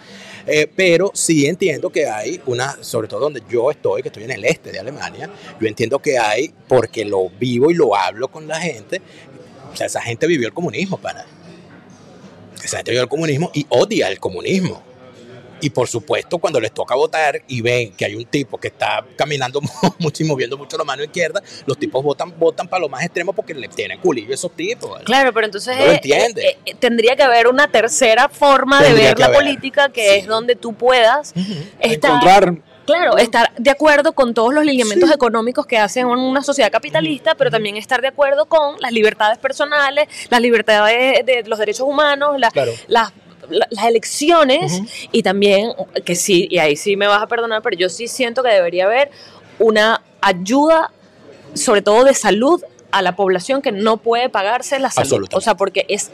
Speaker 5: Eh, pero sí entiendo que hay una, sobre todo donde yo estoy, que estoy en el este de Alemania, yo entiendo que hay, porque lo vivo y lo hablo con la gente, o sea, esa gente vivió el comunismo, para. Esa gente vivió el comunismo y odia el comunismo. Y por supuesto, cuando les toca votar y ven que hay un tipo que está caminando [LAUGHS] mucho y moviendo mucho la mano izquierda, los tipos votan, votan para lo más extremo porque le tienen culillo a esos tipos. ¿vale?
Speaker 2: Claro, pero entonces
Speaker 5: No lo
Speaker 2: eh,
Speaker 5: entiende.
Speaker 2: eh, eh, tendría que haber una tercera forma de
Speaker 5: Tendría
Speaker 2: ver
Speaker 5: que
Speaker 2: la
Speaker 5: haber,
Speaker 2: política que
Speaker 5: sí.
Speaker 2: es donde tú puedas estar,
Speaker 3: encontrar...
Speaker 2: claro, estar de acuerdo con todos los lineamientos económicos que hacen una sociedad capitalista, pero también estar de acuerdo con las libertades personales, las libertades de los derechos humanos, la-
Speaker 5: Claro.
Speaker 2: las la- las elecciones y también que sí, y ahí sí me vas a perdonar, pero yo sí siento que debería haber una ayuda, sobre todo de salud, a la población que no puede pagarse la salud.
Speaker 5: Absolutamente.
Speaker 2: O sea, porque es,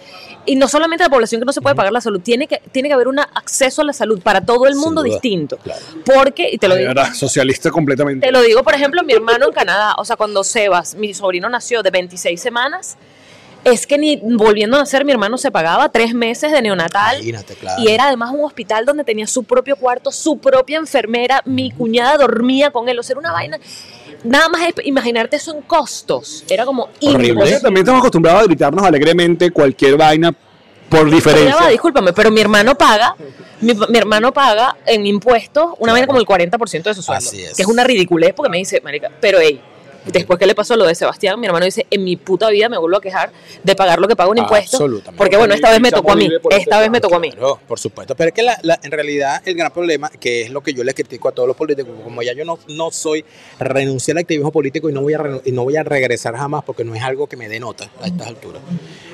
Speaker 2: y no solamente a la población que no se puede pagar la salud, tiene que, tiene que haber un acceso a la salud para todo el
Speaker 5: Sin
Speaker 2: mundo
Speaker 5: duda.
Speaker 2: distinto.
Speaker 5: Claro.
Speaker 2: Porque, y te lo
Speaker 3: Ay,
Speaker 2: digo,
Speaker 3: verdad, eh, socialista completamente.
Speaker 2: te lo digo, por ejemplo, mi hermano en Canadá, o sea, cuando Sebas, mi sobrino nació de 26 semanas, es que ni volviendo a nacer mi hermano se pagaba tres meses de neonatal.
Speaker 5: Imagínate, claro.
Speaker 2: Y era además un hospital donde tenía su propio cuarto, su propia enfermera, mi cuñada dormía con él, o sea, era una vaina. Nada más es- imaginarte eso en costos, era como
Speaker 5: Horrible.
Speaker 3: Nosotros
Speaker 2: imposible.
Speaker 3: también estamos acostumbrados a gritarnos alegremente cualquier vaina por
Speaker 2: Ya va,
Speaker 3: diferencia.
Speaker 2: discúlpame, pero mi hermano paga, mi, mi hermano paga en impuestos una vaina como el 40% de su sueldo,
Speaker 5: Así es.
Speaker 2: que es una ridiculez porque me dice, marica, pero hey, después que le pasó lo de Sebastián, mi hermano dice, en mi puta vida me vuelvo a quejar de pagar lo que paga un impuesto,
Speaker 5: Absolutamente.
Speaker 2: porque bueno, esta vez me
Speaker 3: Estamos
Speaker 2: tocó a mí,
Speaker 3: libres por
Speaker 2: esta
Speaker 3: este
Speaker 2: vez me tocó a mí.
Speaker 5: Claro, por supuesto. Pero es que la- la- en realidad el gran problema, que es lo que yo le critico a todos los políticos, como ya yo no, no soy, renuncié al activismo político y no, voy a renu- y no voy a regresar jamás porque no es algo que me denota a estas alturas.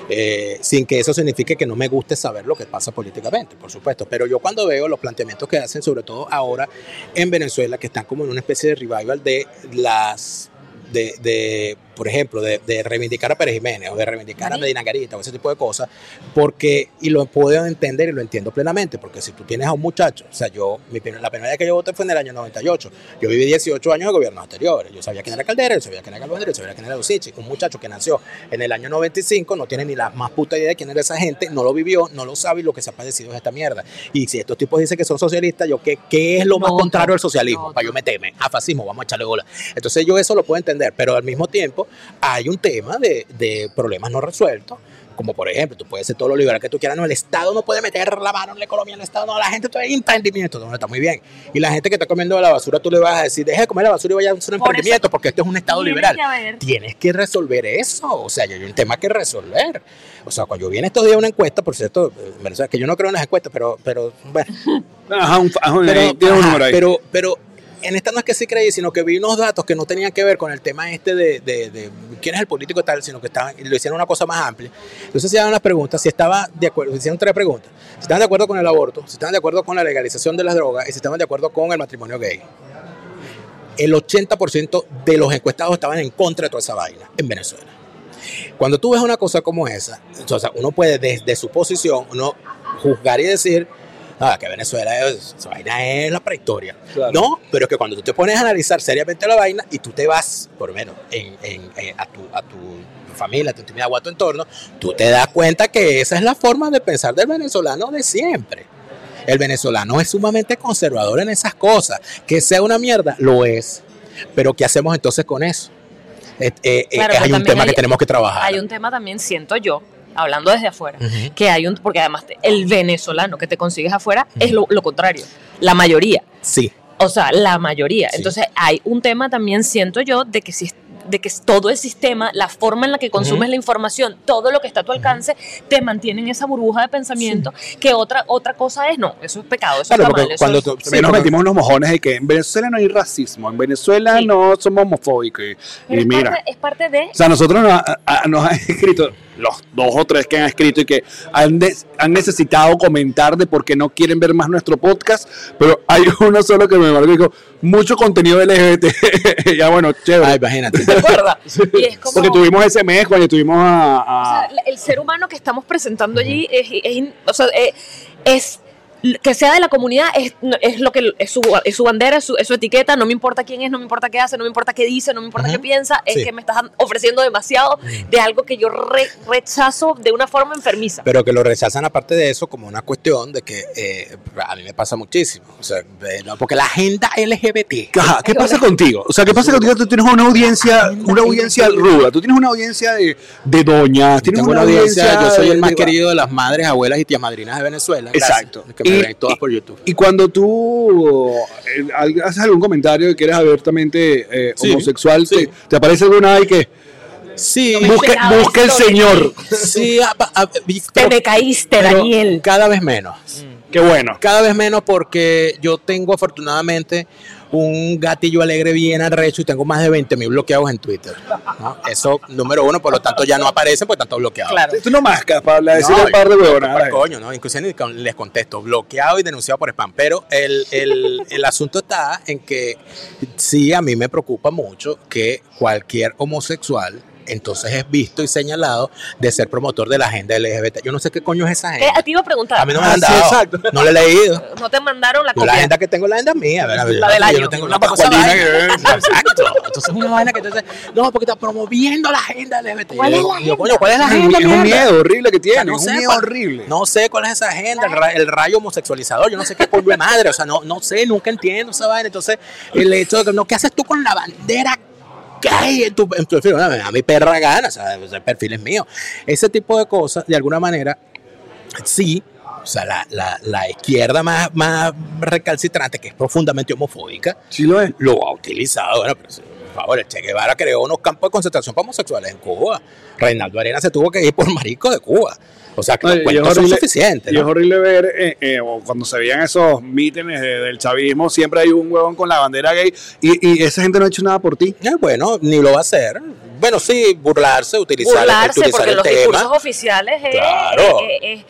Speaker 5: Eh, sin que eso signifique que no me guste saber lo que pasa políticamente, por supuesto. Pero yo cuando veo los planteamientos que hacen, sobre todo ahora en Venezuela, que están como en una especie de revival de las de, de, por ejemplo, de, de reivindicar a Pérez Jiménez o de reivindicar a Medina Garita o ese tipo de cosas, porque, y lo puedo entender y lo entiendo plenamente, porque si tú tienes a un muchacho, o sea, yo, mi, primer- la primera vez que yo voté fue en el año 98, yo viví 18 años de gobiernos anteriores, yo sabía quién era Caldera, yo sabía quién era Calvandero, yo sabía quién era Lucichi, un muchacho que nació en el año 95 no tiene ni la más puta idea de quién era esa gente, no lo vivió, no lo sabe y lo que se ha padecido es esta mierda. Y si estos tipos dicen que son socialistas, yo, ¿qué, qué es lo más
Speaker 2: No,
Speaker 5: contrario
Speaker 2: no,
Speaker 5: al socialismo?
Speaker 2: no,
Speaker 5: Para yo meterme, a fascismo, vamos a echarle bola. Entonces yo eso lo puedo entender, pero al mismo tiempo hay un tema de, de problemas no resueltos como por ejemplo, tú puedes ser todo lo liberal que tú quieras, no, el Estado no puede meter la mano en la economía, el Estado no, la gente está en emprendimiento, no, está muy bien. Y la gente que está comiendo la basura, tú le vas a decir, deje de comer la basura y vaya a hacer un
Speaker 2: Por eso-
Speaker 5: emprendimiento, porque esto es un Estado
Speaker 6: Tiene
Speaker 5: liberal.
Speaker 6: que haber.
Speaker 5: Tienes que resolver eso, o sea, ya hay un tema que resolver. O sea, cuando yo vi en estos días una encuesta, por cierto, eh, en Venezuela, que yo no creo en las encuestas, pero, pero bueno,
Speaker 3: Ajá, un, ajá,
Speaker 5: pero,
Speaker 3: tiene un
Speaker 5: ajá,
Speaker 3: número ahí.
Speaker 5: Pero, pero en esta no es que sí creí, sino que vi unos datos que no tenían que ver con el tema este de, de- de quién es el político tal, sino que estaban, lo hicieron una cosa más amplia. Entonces se daban las preguntas, si estaba de acuerdo, hicieron tres preguntas. Si estaban de acuerdo con el aborto, si estaban de acuerdo con la legalización de las drogas y si estaban de acuerdo con el matrimonio gay. El 80% de los encuestados estaban en contra de toda esa vaina en Venezuela. Cuando tú ves una cosa como esa, o sea, uno puede desde su posición, uno juzgar y decir, ah, que Venezuela es, esa vaina es la prehistoria. No, pero es que cuando tú te pones a analizar seriamente la vaina y tú te vas, por lo menos, en, en- en- a, tu, a tu familia, a tu intimidad o a tu entorno, tú te das cuenta que esa es la forma de pensar del venezolano de siempre. El venezolano es sumamente conservador en esas cosas. Que sea una mierda, lo es. Pero ¿qué hacemos entonces con eso? Eh, eh, eh,
Speaker 2: Claro, pero
Speaker 5: hay un
Speaker 2: también
Speaker 5: tema
Speaker 2: hay-
Speaker 5: que tenemos que trabajar.
Speaker 2: Hay un tema también, siento yo, hablando desde afuera,
Speaker 5: Ujú.
Speaker 2: que hay un, porque además te- el venezolano que te consigues afuera es
Speaker 5: Ujú.
Speaker 2: lo, lo contrario, la mayoría,
Speaker 5: Sí,
Speaker 2: o sea, la mayoría.
Speaker 5: Sí.
Speaker 2: Entonces hay un tema también, siento yo, de que si de que todo el sistema, la forma en la que consumes la información, todo lo que está a tu alcance, te mantiene en esa burbuja de pensamiento que otra otra cosa es, no, eso es pecado, eso
Speaker 5: claro,
Speaker 2: está
Speaker 5: porque
Speaker 2: mal. eso
Speaker 5: cuando
Speaker 2: es-
Speaker 5: tú-
Speaker 3: También nos
Speaker 5: cuando-
Speaker 3: metimos unos mojones de que en Venezuela no hay racismo, en Venezuela
Speaker 2: Sí.
Speaker 3: no somos homofóbicos. Y-
Speaker 2: pero
Speaker 3: Y
Speaker 2: es,
Speaker 3: mira,
Speaker 2: parte, es parte de
Speaker 5: [LAUGHS]
Speaker 3: o sea, nosotros nos, ha- ha- nos han [LAUGHS] escrito, los dos o tres que han escrito y que han, des- han necesitado comentar de por qué no quieren ver más nuestro podcast, pero hay [LAUGHS] uno solo que me marcó y dijo, mucho contenido LGBT. [LAUGHS] ya bueno,
Speaker 5: Ah,
Speaker 3: chévere.
Speaker 5: imagínate. [LAUGHS]
Speaker 2: ¿te acuerdas? Y es como-
Speaker 3: Porque tuvimos ese mes cuando tuvimos a...
Speaker 2: O
Speaker 3: a-
Speaker 2: sea, la- el ser humano que estamos presentando allí es, es in- o sea, eh, es- que sea de la comunidad es, no- es lo que es su, es su bandera, es su, es su etiqueta, no me importa quién es, no me importa qué hace, no me importa qué dice, no me importa
Speaker 5: Ujú.
Speaker 2: qué piensa, es
Speaker 5: Sí.
Speaker 2: que me estás ofreciendo demasiado de algo que yo re- rechazo de una forma enfermiza.
Speaker 5: Pero que lo rechazan aparte de eso como una cuestión de que eh, a mí me pasa muchísimo. O sea, eh, no, porque la agenda LGBT.
Speaker 3: Ajá, ¿qué pasa contigo? O sea, ¿qué pasa contigo? Tú tienes una audiencia, una audiencia ruda, tú tienes una audiencia de, de doñas, tienes
Speaker 5: Tengo
Speaker 3: una,
Speaker 5: una audiencia, yo soy
Speaker 3: de-
Speaker 5: el más
Speaker 3: de-
Speaker 5: querido de las madres, abuelas y tías madrinas de Venezuela. Gracias.
Speaker 3: Exacto.
Speaker 5: Que me
Speaker 3: Y-
Speaker 5: ven todas por YouTube.
Speaker 3: Y cuando tú eh, al- haces algún comentario que eres abiertamente eh,
Speaker 5: Sí,
Speaker 3: homosexual,
Speaker 5: sí.
Speaker 3: Te, te aparece alguna ahí que
Speaker 5: Sí,
Speaker 3: busque,
Speaker 2: enteraba de
Speaker 3: busque el
Speaker 2: esto".
Speaker 3: señor.
Speaker 5: sí, a- a- vi-
Speaker 2: Te
Speaker 5: pero-
Speaker 2: me caíste,
Speaker 5: pero
Speaker 2: Daniel. Mm.
Speaker 5: Cada vez menos.
Speaker 3: Qué bueno.
Speaker 5: Cada vez menos porque yo tengo afortunadamente un gatillo alegre bien arrecho y tengo más de 20 mil bloqueados en Twitter. ¿no? Eso, número uno, por lo tanto ya no aparecen, por tanto bloqueados.
Speaker 2: Claro.
Speaker 3: Tú no mascas para hablar, decirle
Speaker 5: No,
Speaker 3: un par de
Speaker 5: yo-
Speaker 3: huevonadas.
Speaker 5: Pues, coño, ¿no? Inclusive ni con- les contesto, bloqueado y denunciado por spam. Pero el,
Speaker 2: [LAUGHS]
Speaker 5: el- el asunto está en que sí, a mí me preocupa mucho que cualquier homosexual entonces es visto y señalado de ser promotor de la agenda LGBT. Yo no sé qué coño es esa
Speaker 2: Eh,
Speaker 5: agenda.
Speaker 2: a ti iba a preguntar,
Speaker 5: A mí no me la
Speaker 3: Ah,
Speaker 5: han
Speaker 3: sí,
Speaker 5: dado.
Speaker 3: exacto.
Speaker 5: No la he leído.
Speaker 2: no te mandaron la
Speaker 5: Yo la
Speaker 2: copia.
Speaker 5: agenda que tengo es la agenda mía. a ver, a ver,
Speaker 2: La del
Speaker 5: yo
Speaker 2: año.
Speaker 5: no tengo
Speaker 2: Una
Speaker 5: una cosa
Speaker 2: pascualina
Speaker 5: vaina. Exacto. Entonces es una vaina que entonces, no, porque está promoviendo la agenda LGBT.
Speaker 2: ¿Cuál es la
Speaker 5: Y yo, coño,
Speaker 2: agenda?
Speaker 5: ¿Cuál es la
Speaker 3: Es
Speaker 5: agenda?
Speaker 3: un- es un
Speaker 5: mierda?
Speaker 3: miedo horrible que
Speaker 5: O sea,
Speaker 3: tiene,
Speaker 5: no
Speaker 3: es
Speaker 5: sé
Speaker 3: un miedo
Speaker 5: cuál-
Speaker 3: horrible.
Speaker 5: No sé cuál es esa agenda, el, ra- el rayo homosexualizador, yo no sé qué coño de madre, o sea, no, no sé, nunca entiendo esa vaina. Entonces, el hecho de que, no, ¿qué haces tú con la bandera? gay en tu, en tu perfil? Bueno, a mi perra gana, o sea, el perfil es mío. Ese tipo de cosas, de alguna manera, sí, o sea, la, la- la izquierda más, más recalcitrante, que es profundamente homofóbica,
Speaker 3: Sí lo es.
Speaker 5: lo ha utilizado. Bueno, pero sí, por favor, el Che Guevara creó unos campos de concentración para homosexuales en Cuba. Reinaldo Arena se tuvo que ir por marico de Cuba. O sea, que
Speaker 3: No,
Speaker 5: los
Speaker 3: y
Speaker 5: cuentos
Speaker 3: es
Speaker 5: son
Speaker 3: horrible-
Speaker 5: suficientes.
Speaker 3: Y es
Speaker 5: ¿no?
Speaker 3: horrible ver eh, eh, o cuando se veían esos mítines de- del chavismo, siempre hay un huevón con la bandera gay y, y esa gente no ha hecho nada por ti.
Speaker 5: Eh, bueno, ni lo va a hacer. Bueno, sí, burlarse, utilizar,
Speaker 2: burlarse
Speaker 5: utilizar
Speaker 2: porque
Speaker 5: el
Speaker 2: los
Speaker 5: tema.
Speaker 2: discursos oficiales es,
Speaker 5: Claro.
Speaker 2: es- es-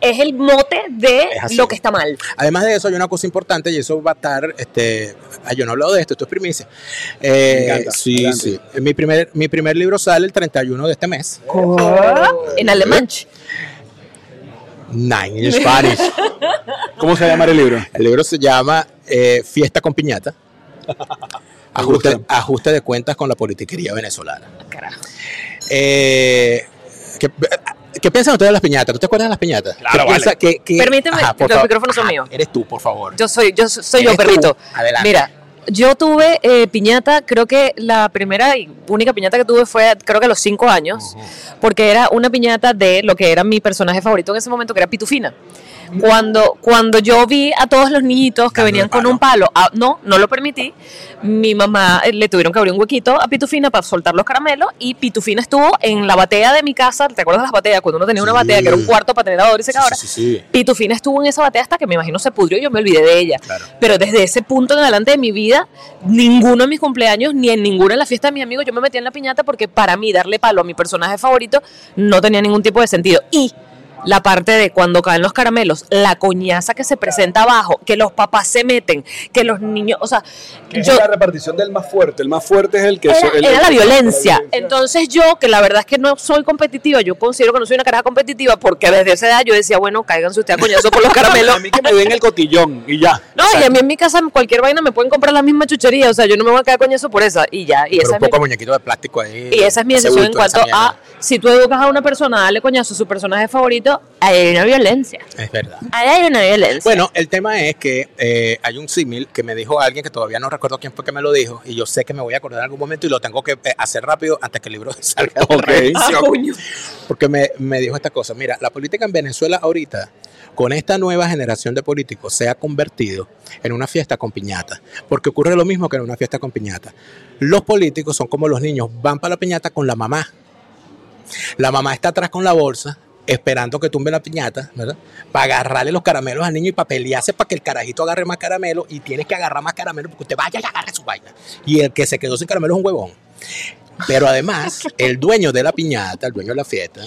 Speaker 2: es el mote de
Speaker 5: Es así.
Speaker 2: lo que está mal.
Speaker 5: Además de eso, hay una cosa importante y eso va a estar. Este, ah, yo no he hablado de esto, esto es primicia. Eh,
Speaker 3: Me encanta,
Speaker 5: sí,
Speaker 3: adelante.
Speaker 5: sí. Eh, Mi primer, mi primer libro sale el 31 de este mes.
Speaker 2: En alemán.
Speaker 5: Nine in Spanish.
Speaker 3: ¿Cómo se llama el libro?
Speaker 5: El libro se llama eh, Fiesta con
Speaker 3: [LAUGHS]
Speaker 5: Piñata. Ajuste,
Speaker 3: gusta.
Speaker 5: ajuste de cuentas con la politiquería venezolana.
Speaker 2: Ah, Carajo.
Speaker 5: Eh, ¿qué, qué piensan ustedes de las piñatas? ¿Tú te acuerdas de las piñatas?
Speaker 3: Claro,
Speaker 5: ¿Qué
Speaker 3: vale.
Speaker 5: piensa- qué- qué-
Speaker 2: Permíteme,
Speaker 5: por
Speaker 2: los
Speaker 5: favor.
Speaker 2: micrófonos son míos.
Speaker 5: Eres tú, por favor.
Speaker 2: Yo soy, yo soy yo,
Speaker 5: Eres tú.
Speaker 2: perrito.
Speaker 5: Adelante.
Speaker 2: Mira, Yo tuve eh, piñata, creo que la primera y única piñata que tuve fue creo que a los cinco años, porque era una piñata de lo que era mi personaje favorito en ese momento, que era Pitufina. Cuando, cuando yo vi a todos los niñitos que
Speaker 5: Dándole
Speaker 2: venían con
Speaker 5: palo.
Speaker 2: un palo, ah, no, no lo permití, mi mamá eh, le tuvieron que abrir un huequito a Pitufina para soltar los caramelos y Pitufina estuvo en la batea de mi casa, ¿te acuerdas de las bateas? Cuando uno tenía una
Speaker 5: Sí.
Speaker 2: batea que era un cuarto para tener ahora y secadora,
Speaker 5: Sí, sí, sí.
Speaker 2: Pitufina estuvo en esa batea hasta que me imagino se pudrió y yo me olvidé de ella.
Speaker 5: Claro.
Speaker 2: Pero desde ese punto en adelante de mi vida, ninguno de mis cumpleaños ni en ninguna de las fiestas de mis amigos yo me metía en la piñata porque para mí darle palo a mi personaje favorito no tenía ningún tipo de sentido. Y la parte de cuando caen los caramelos, la coñaza que se presenta abajo, que los papás se meten, que los niños, o sea,
Speaker 3: Que
Speaker 2: yo-
Speaker 3: es la repartición del más fuerte. El más fuerte es el que...
Speaker 2: era,
Speaker 3: so- el-
Speaker 2: era la
Speaker 3: el-
Speaker 2: violencia. Entonces yo, que la verdad es que no soy competitiva, yo considero que no soy una caraja competitiva porque desde esa edad yo decía, bueno, cáiganse ustedes a coñazo por los caramelos.
Speaker 3: [LAUGHS] A mí que me den el cotillón y ya.
Speaker 2: No, y a mí en mi casa cualquier vaina me pueden comprar la misma chuchería, o sea, yo no me voy a quedar con eso por esa y ya, y
Speaker 5: Pero
Speaker 2: esa
Speaker 5: un
Speaker 2: es mi,
Speaker 5: poco muñequito de plástico ahí.
Speaker 2: y esa es mi
Speaker 5: ese
Speaker 2: decisión en
Speaker 5: bulto, esa
Speaker 2: cuanto a
Speaker 5: mierda.
Speaker 2: si tú educas a una persona, dale coñazo a su personaje favorito, hay una violencia.
Speaker 5: Es verdad.
Speaker 2: Ahí hay una violencia.
Speaker 5: Bueno, el tema es que eh, hay un símil que me dijo alguien que todavía no recuerdo quién fue que me lo dijo y yo sé que me voy a acordar en algún momento y lo tengo que eh, hacer rápido antes que el libro [LAUGHS] salga de
Speaker 3: Ok.
Speaker 5: reedición. Porque me, me dijo esta cosa, mira, la política en Venezuela ahorita, con esta nueva generación de políticos, se ha convertido en una fiesta con piñata, porque ocurre lo mismo que en una fiesta con piñata. Los políticos son como los niños, van para la piñata con la mamá. La mamá está atrás con la bolsa, esperando que tumbe la piñata, ¿verdad? Para agarrarle los caramelos al niño y para pelearse para que el carajito agarre más caramelo y tienes que agarrar más caramelo porque usted vaya y agarre su vaina. Y el que se quedó sin caramelo es un huevón. Pero además, el dueño de la piñata, el dueño de la fiesta,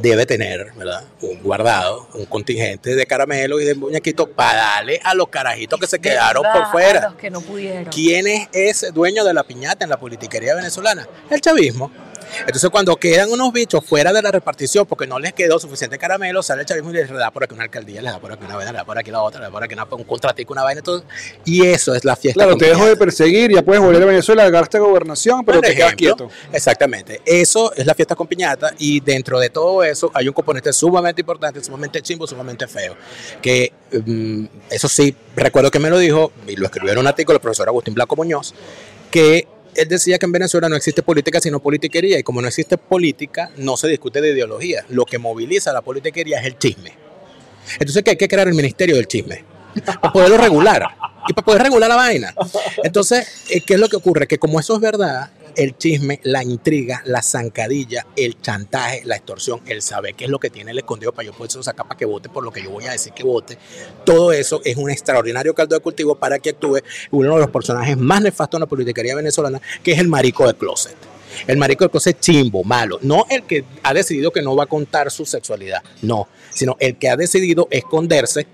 Speaker 5: debe tener, ¿verdad? Un guardado, un contingente de caramelo y de muñequitos para darle a los carajitos que se quedaron por fuera.
Speaker 2: que no pudieron.
Speaker 5: ¿Quién es ese dueño de la piñata en la politiquería venezolana? El chavismo. Entonces, cuando quedan unos bichos fuera de la repartición porque no les quedó suficiente caramelo, sale el chavismo y les da por aquí una alcaldía, les da por aquí una vaina, les da por aquí la otra, les da por aquí una- un contratico, una vaina, entonces, y eso es la fiesta.
Speaker 3: Claro,
Speaker 5: con
Speaker 3: te dejo
Speaker 5: piñata.
Speaker 3: de perseguir, ya puedes volver a Venezuela, agarraste gobernación, pero
Speaker 5: Por
Speaker 3: te quedas
Speaker 5: ejemplo,
Speaker 3: quieto.
Speaker 5: Exactamente. Eso es la fiesta con piñata y dentro de todo eso hay un componente sumamente importante, sumamente chimbo, sumamente feo. Que mm, eso sí, recuerdo que me lo dijo y lo escribió en un artículo el profesor Agustín Blanco Muñoz, que él decía que en Venezuela no existe política sino politiquería y como no existe política no se discute de ideología. Lo que moviliza la politiquería es el chisme. Entonces que hay que crear el ministerio del chisme para poderlo regular y para poder regular la vaina. Entonces, eh, ¿qué es lo que ocurre? Que como eso es verdad, el chisme, la intriga, la zancadilla, el chantaje, la extorsión, el saber qué es lo que tiene el escondido para yo poder sacar para que vote por lo que yo voy a decir que vote, todo eso es un extraordinario caldo de cultivo para que actúe uno de los personajes más nefastos en la politiquería venezolana, que es el marico de closet. El marico de closet chimbo, malo. No el que ha decidido que no va a contar su sexualidad, no, sino el que ha decidido esconderse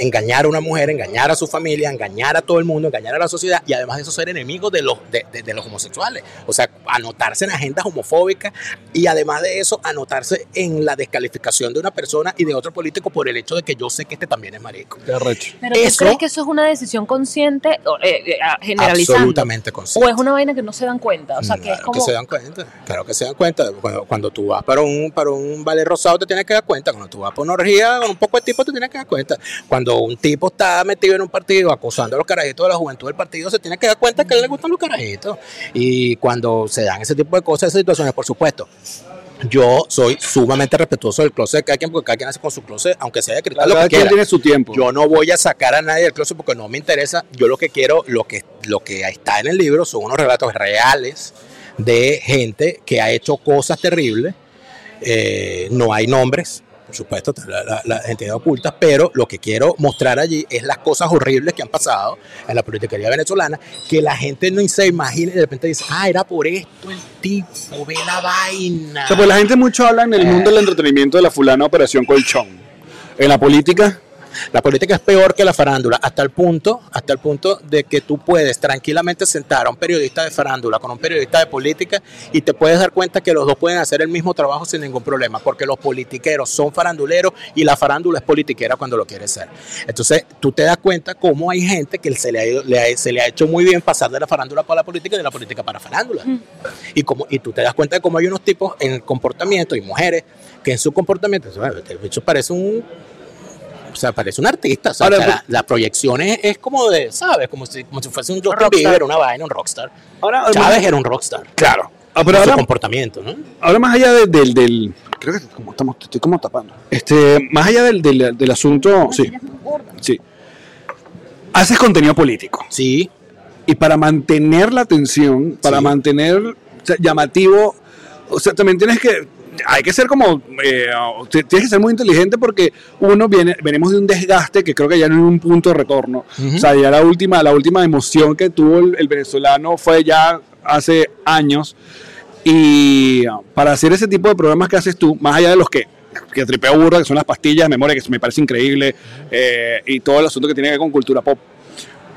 Speaker 5: engañar a una mujer, engañar a su familia, engañar a todo el mundo, engañar a la sociedad y además de eso ser enemigo de los, de, de- de los homosexuales. O sea, anotarse en agendas homofóbicas y además de eso anotarse en la descalificación de una persona y de otro político por el hecho de que yo sé que este también es marico.
Speaker 2: Pero ¿tú
Speaker 5: Eso-
Speaker 2: crees que eso es una decisión consciente o, eh, eh, ah, generalizando?
Speaker 5: Absolutamente
Speaker 2: O
Speaker 5: consciente.
Speaker 2: es una vaina que no se dan cuenta, o sea, que es
Speaker 5: Claro
Speaker 2: como
Speaker 5: se dan cuenta, claro que se dan cuenta. Cuando, cuando tú vas para un, para un ballet rosado te tienes que dar cuenta. Cuando tú vas para una orgía con un poco de tipo te tienes que dar cuenta. Cuando un tipo está metido en un partido acosando a los carajitos de la juventud del partido, se tiene que dar cuenta que a él le gustan los carajitos. Y cuando se dan ese tipo de cosas, esas situaciones, por supuesto. Yo soy sumamente respetuoso del closet de cada quien, porque cada quien hace con su closet, aunque sea de cristal lo
Speaker 3: Cada
Speaker 5: que
Speaker 3: quien
Speaker 5: quiera.
Speaker 3: tiene su tiempo.
Speaker 5: Yo no voy a sacar a nadie del closet porque no me interesa. Yo lo que quiero, lo que, lo que está en el libro son unos relatos reales de gente que ha hecho cosas terribles. Eh, no hay nombres, por supuesto, la, la, la entidad oculta, pero lo que quiero mostrar allí es las cosas horribles que han pasado en la politiquería venezolana, que la gente no se imagina y de repente dice, ah, era por esto el tipo, ve la vaina.
Speaker 3: O sea, pues la gente mucho habla
Speaker 5: Eh.
Speaker 3: en el mundo del entretenimiento de la fulana Operación Colchón. En la política,
Speaker 5: La política es peor que la farándula, hasta el punto, hasta el punto de que tú puedes tranquilamente sentar a un periodista de farándula con un periodista de política y te puedes dar cuenta que los dos pueden hacer el mismo trabajo sin ningún problema, porque los politiqueros son faranduleros y la farándula es politiquera cuando lo quiere ser. Entonces, tú te das cuenta cómo hay gente que se le ha, ido- le ha- se le ha hecho muy bien pasar de la farándula para la política y de la política para farándula. Y, como, y tú te das cuenta de cómo hay unos tipos en el comportamiento y mujeres que en su comportamiento, bueno, este bicho parece un sea, parece un artista. o sea,
Speaker 3: Ahora,
Speaker 5: o sea,
Speaker 3: pues-
Speaker 5: la, la proyección es, es como de, ¿sabes? Como si, como si fuese un Justin
Speaker 3: rockstar.
Speaker 5: Bieber, una vaina, un rockstar.
Speaker 3: Ahora,
Speaker 5: Chávez era un rockstar.
Speaker 3: Claro. Ah,
Speaker 5: Por
Speaker 3: pero
Speaker 5: su
Speaker 3: ahora,
Speaker 5: comportamiento, ¿no?
Speaker 3: ahora más allá de- del, del- creo que como estamos, te estoy como tapando. Este, más allá del, del, del
Speaker 2: Ah,
Speaker 3: asunto, sí, sí. Haces contenido político
Speaker 5: Sí,
Speaker 3: y para mantener la atención, para
Speaker 5: Sí.
Speaker 3: mantener o sea, llamativo, o sea, también tienes que hay que ser como eh, t- tienes que ser muy inteligente porque uno viene venimos de un desgaste que creo que ya no hay un punto de retorno. O sea, ya la última la última emoción que tuvo el, el venezolano fue ya hace años y ah, para hacer ese tipo de programas que haces tú, más allá de los que que tripeo burra, que son las pastillas de memoria, que me parece increíble, eh, y todo el asunto que tiene que ver con cultura pop.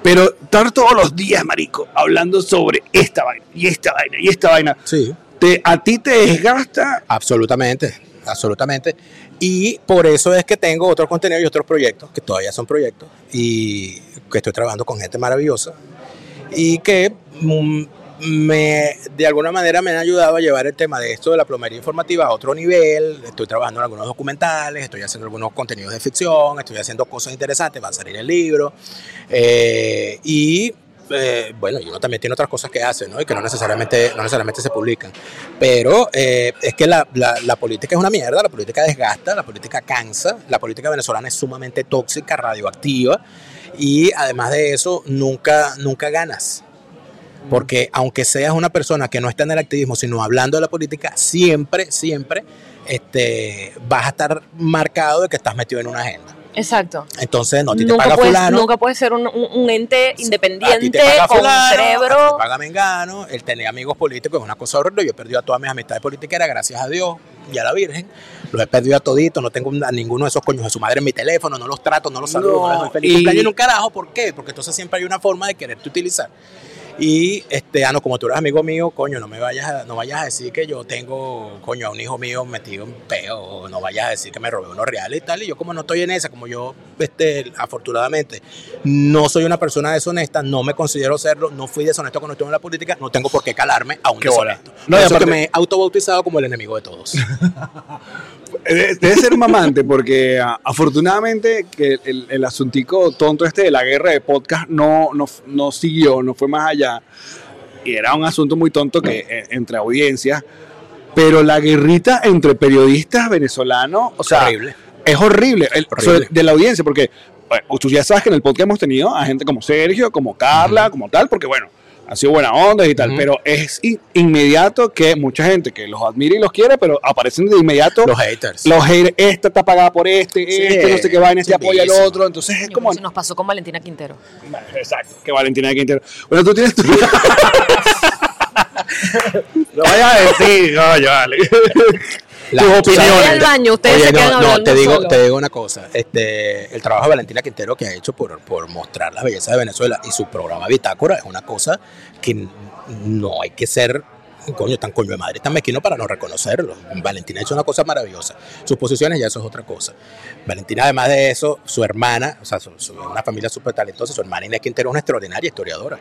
Speaker 3: Pero estar todos los días, marico, hablando sobre esta vaina, y esta vaina, y esta vaina,
Speaker 5: sí.
Speaker 3: te, a ti te desgasta.
Speaker 5: Absolutamente, absolutamente. Y por eso es que tengo otros contenidos y otros proyectos, que todavía son proyectos, y que estoy trabajando con gente maravillosa, y que mm, me, de alguna manera me han ayudado a llevar el tema de esto de la plomería informativa a otro nivel. Estoy trabajando en algunos documentales, estoy haciendo algunos contenidos de ficción, estoy haciendo cosas interesantes, va a salir el libro. eh, y eh, bueno, y uno también tiene otras cosas que hace, ¿no? Y que no necesariamente, no necesariamente se publican. Pero eh, es que la, la- la política es una mierda, la política desgasta, la política cansa, la política venezolana es sumamente tóxica, radioactiva, y además de eso, nunca, nunca ganas. Porque aunque seas una persona que no está en el activismo, sino hablando de la política, siempre, siempre este, vas a estar marcado de que estás metido en una agenda.
Speaker 2: Exacto.
Speaker 5: Entonces, no, a ti te
Speaker 2: nunca,
Speaker 5: paga
Speaker 2: puedes,
Speaker 5: fulano.
Speaker 2: nunca puedes ser un, un- un ente
Speaker 5: A ti te
Speaker 2: independiente
Speaker 5: paga
Speaker 2: con un
Speaker 5: fulano, a ti te
Speaker 2: cerebro.
Speaker 5: paga Mengano, el tener amigos políticos es una cosa horrible. Yo he perdido a todas mis amistades políticas, gracias a Dios y a la Virgen. Los he perdido a toditos, no tengo a ninguno de esos coños de su madre en mi teléfono, no los trato, no los saludo, no,
Speaker 3: No,
Speaker 5: les doy feliz
Speaker 3: y-
Speaker 5: cumpleaños ni un carajo. ¿Por qué? Porque entonces siempre hay una forma de quererte utilizar. Y, este, ah, no, como tú eres amigo mío, coño, no me vayas a, no vayas a decir que yo tengo, coño, a un hijo mío metido en peo, o no vayas a decir que me robé unos reales y tal. Y yo, como no estoy en esa, como yo, este, afortunadamente, no soy una persona deshonesta, no me considero serlo, no fui deshonesto cuando estuve en la política, no tengo por qué calarme a un
Speaker 3: Qué bola.
Speaker 5: deshonesto. No,
Speaker 3: No, y
Speaker 5: eso
Speaker 3: aparte-
Speaker 5: que me he autobautizado como el enemigo de
Speaker 3: [LAUGHS]
Speaker 5: todos.
Speaker 3: Eh, Debe ser un mamante, porque ah, afortunadamente que el, el asuntico tonto este de la guerra de podcast no, no, no siguió, no fue más allá. Y era un asunto muy tonto que eh, entre audiencias. Pero la guerrita entre periodistas venezolanos, o sea,
Speaker 5: Horrible.
Speaker 3: Es horrible, el-
Speaker 5: Horrible.
Speaker 3: sobre- de la audiencia, porque bueno, tú ya sabes que en el podcast hemos tenido a gente como Sergio, como Carla, como tal, porque bueno, han sido buena onda y tal,
Speaker 5: Ujú.
Speaker 3: pero es in- inmediato que mucha gente que los admira y los quiere, pero aparecen de inmediato
Speaker 5: Los haters.
Speaker 3: los haters, esta está pagada por este,
Speaker 5: Sí,
Speaker 3: este no sé qué vaina, este apoya al
Speaker 5: chimbilísimo.
Speaker 3: otro, entonces es como...
Speaker 2: Nos pasó con Valentina Quintero.
Speaker 3: Exacto, que Valentina Quintero. Bueno,
Speaker 5: [LAUGHS]
Speaker 3: tú tienes tu... Lo vayas a decir, coño, vale.
Speaker 5: La-
Speaker 3: Tus
Speaker 5: tú sabes-
Speaker 3: opiniones.
Speaker 2: Voy al baño, ustedes se quedan
Speaker 5: no,
Speaker 2: hablando
Speaker 5: No, te digo,
Speaker 2: solo.
Speaker 5: te digo una cosa. Este, el trabajo de Valentina Quintero que ha hecho por, por mostrar la belleza de Venezuela y su programa Bitácora es una cosa que n- no hay que ser coño tan coño de madre, tan mezquino para no reconocerlo. Valentina ha hecho una cosa maravillosa. Sus posiciones ya eso es otra cosa. Valentina, además de eso, su hermana, o sea, su- su- una familia súper talentosa, su hermana Inés Quintero es una extraordinaria historiadora.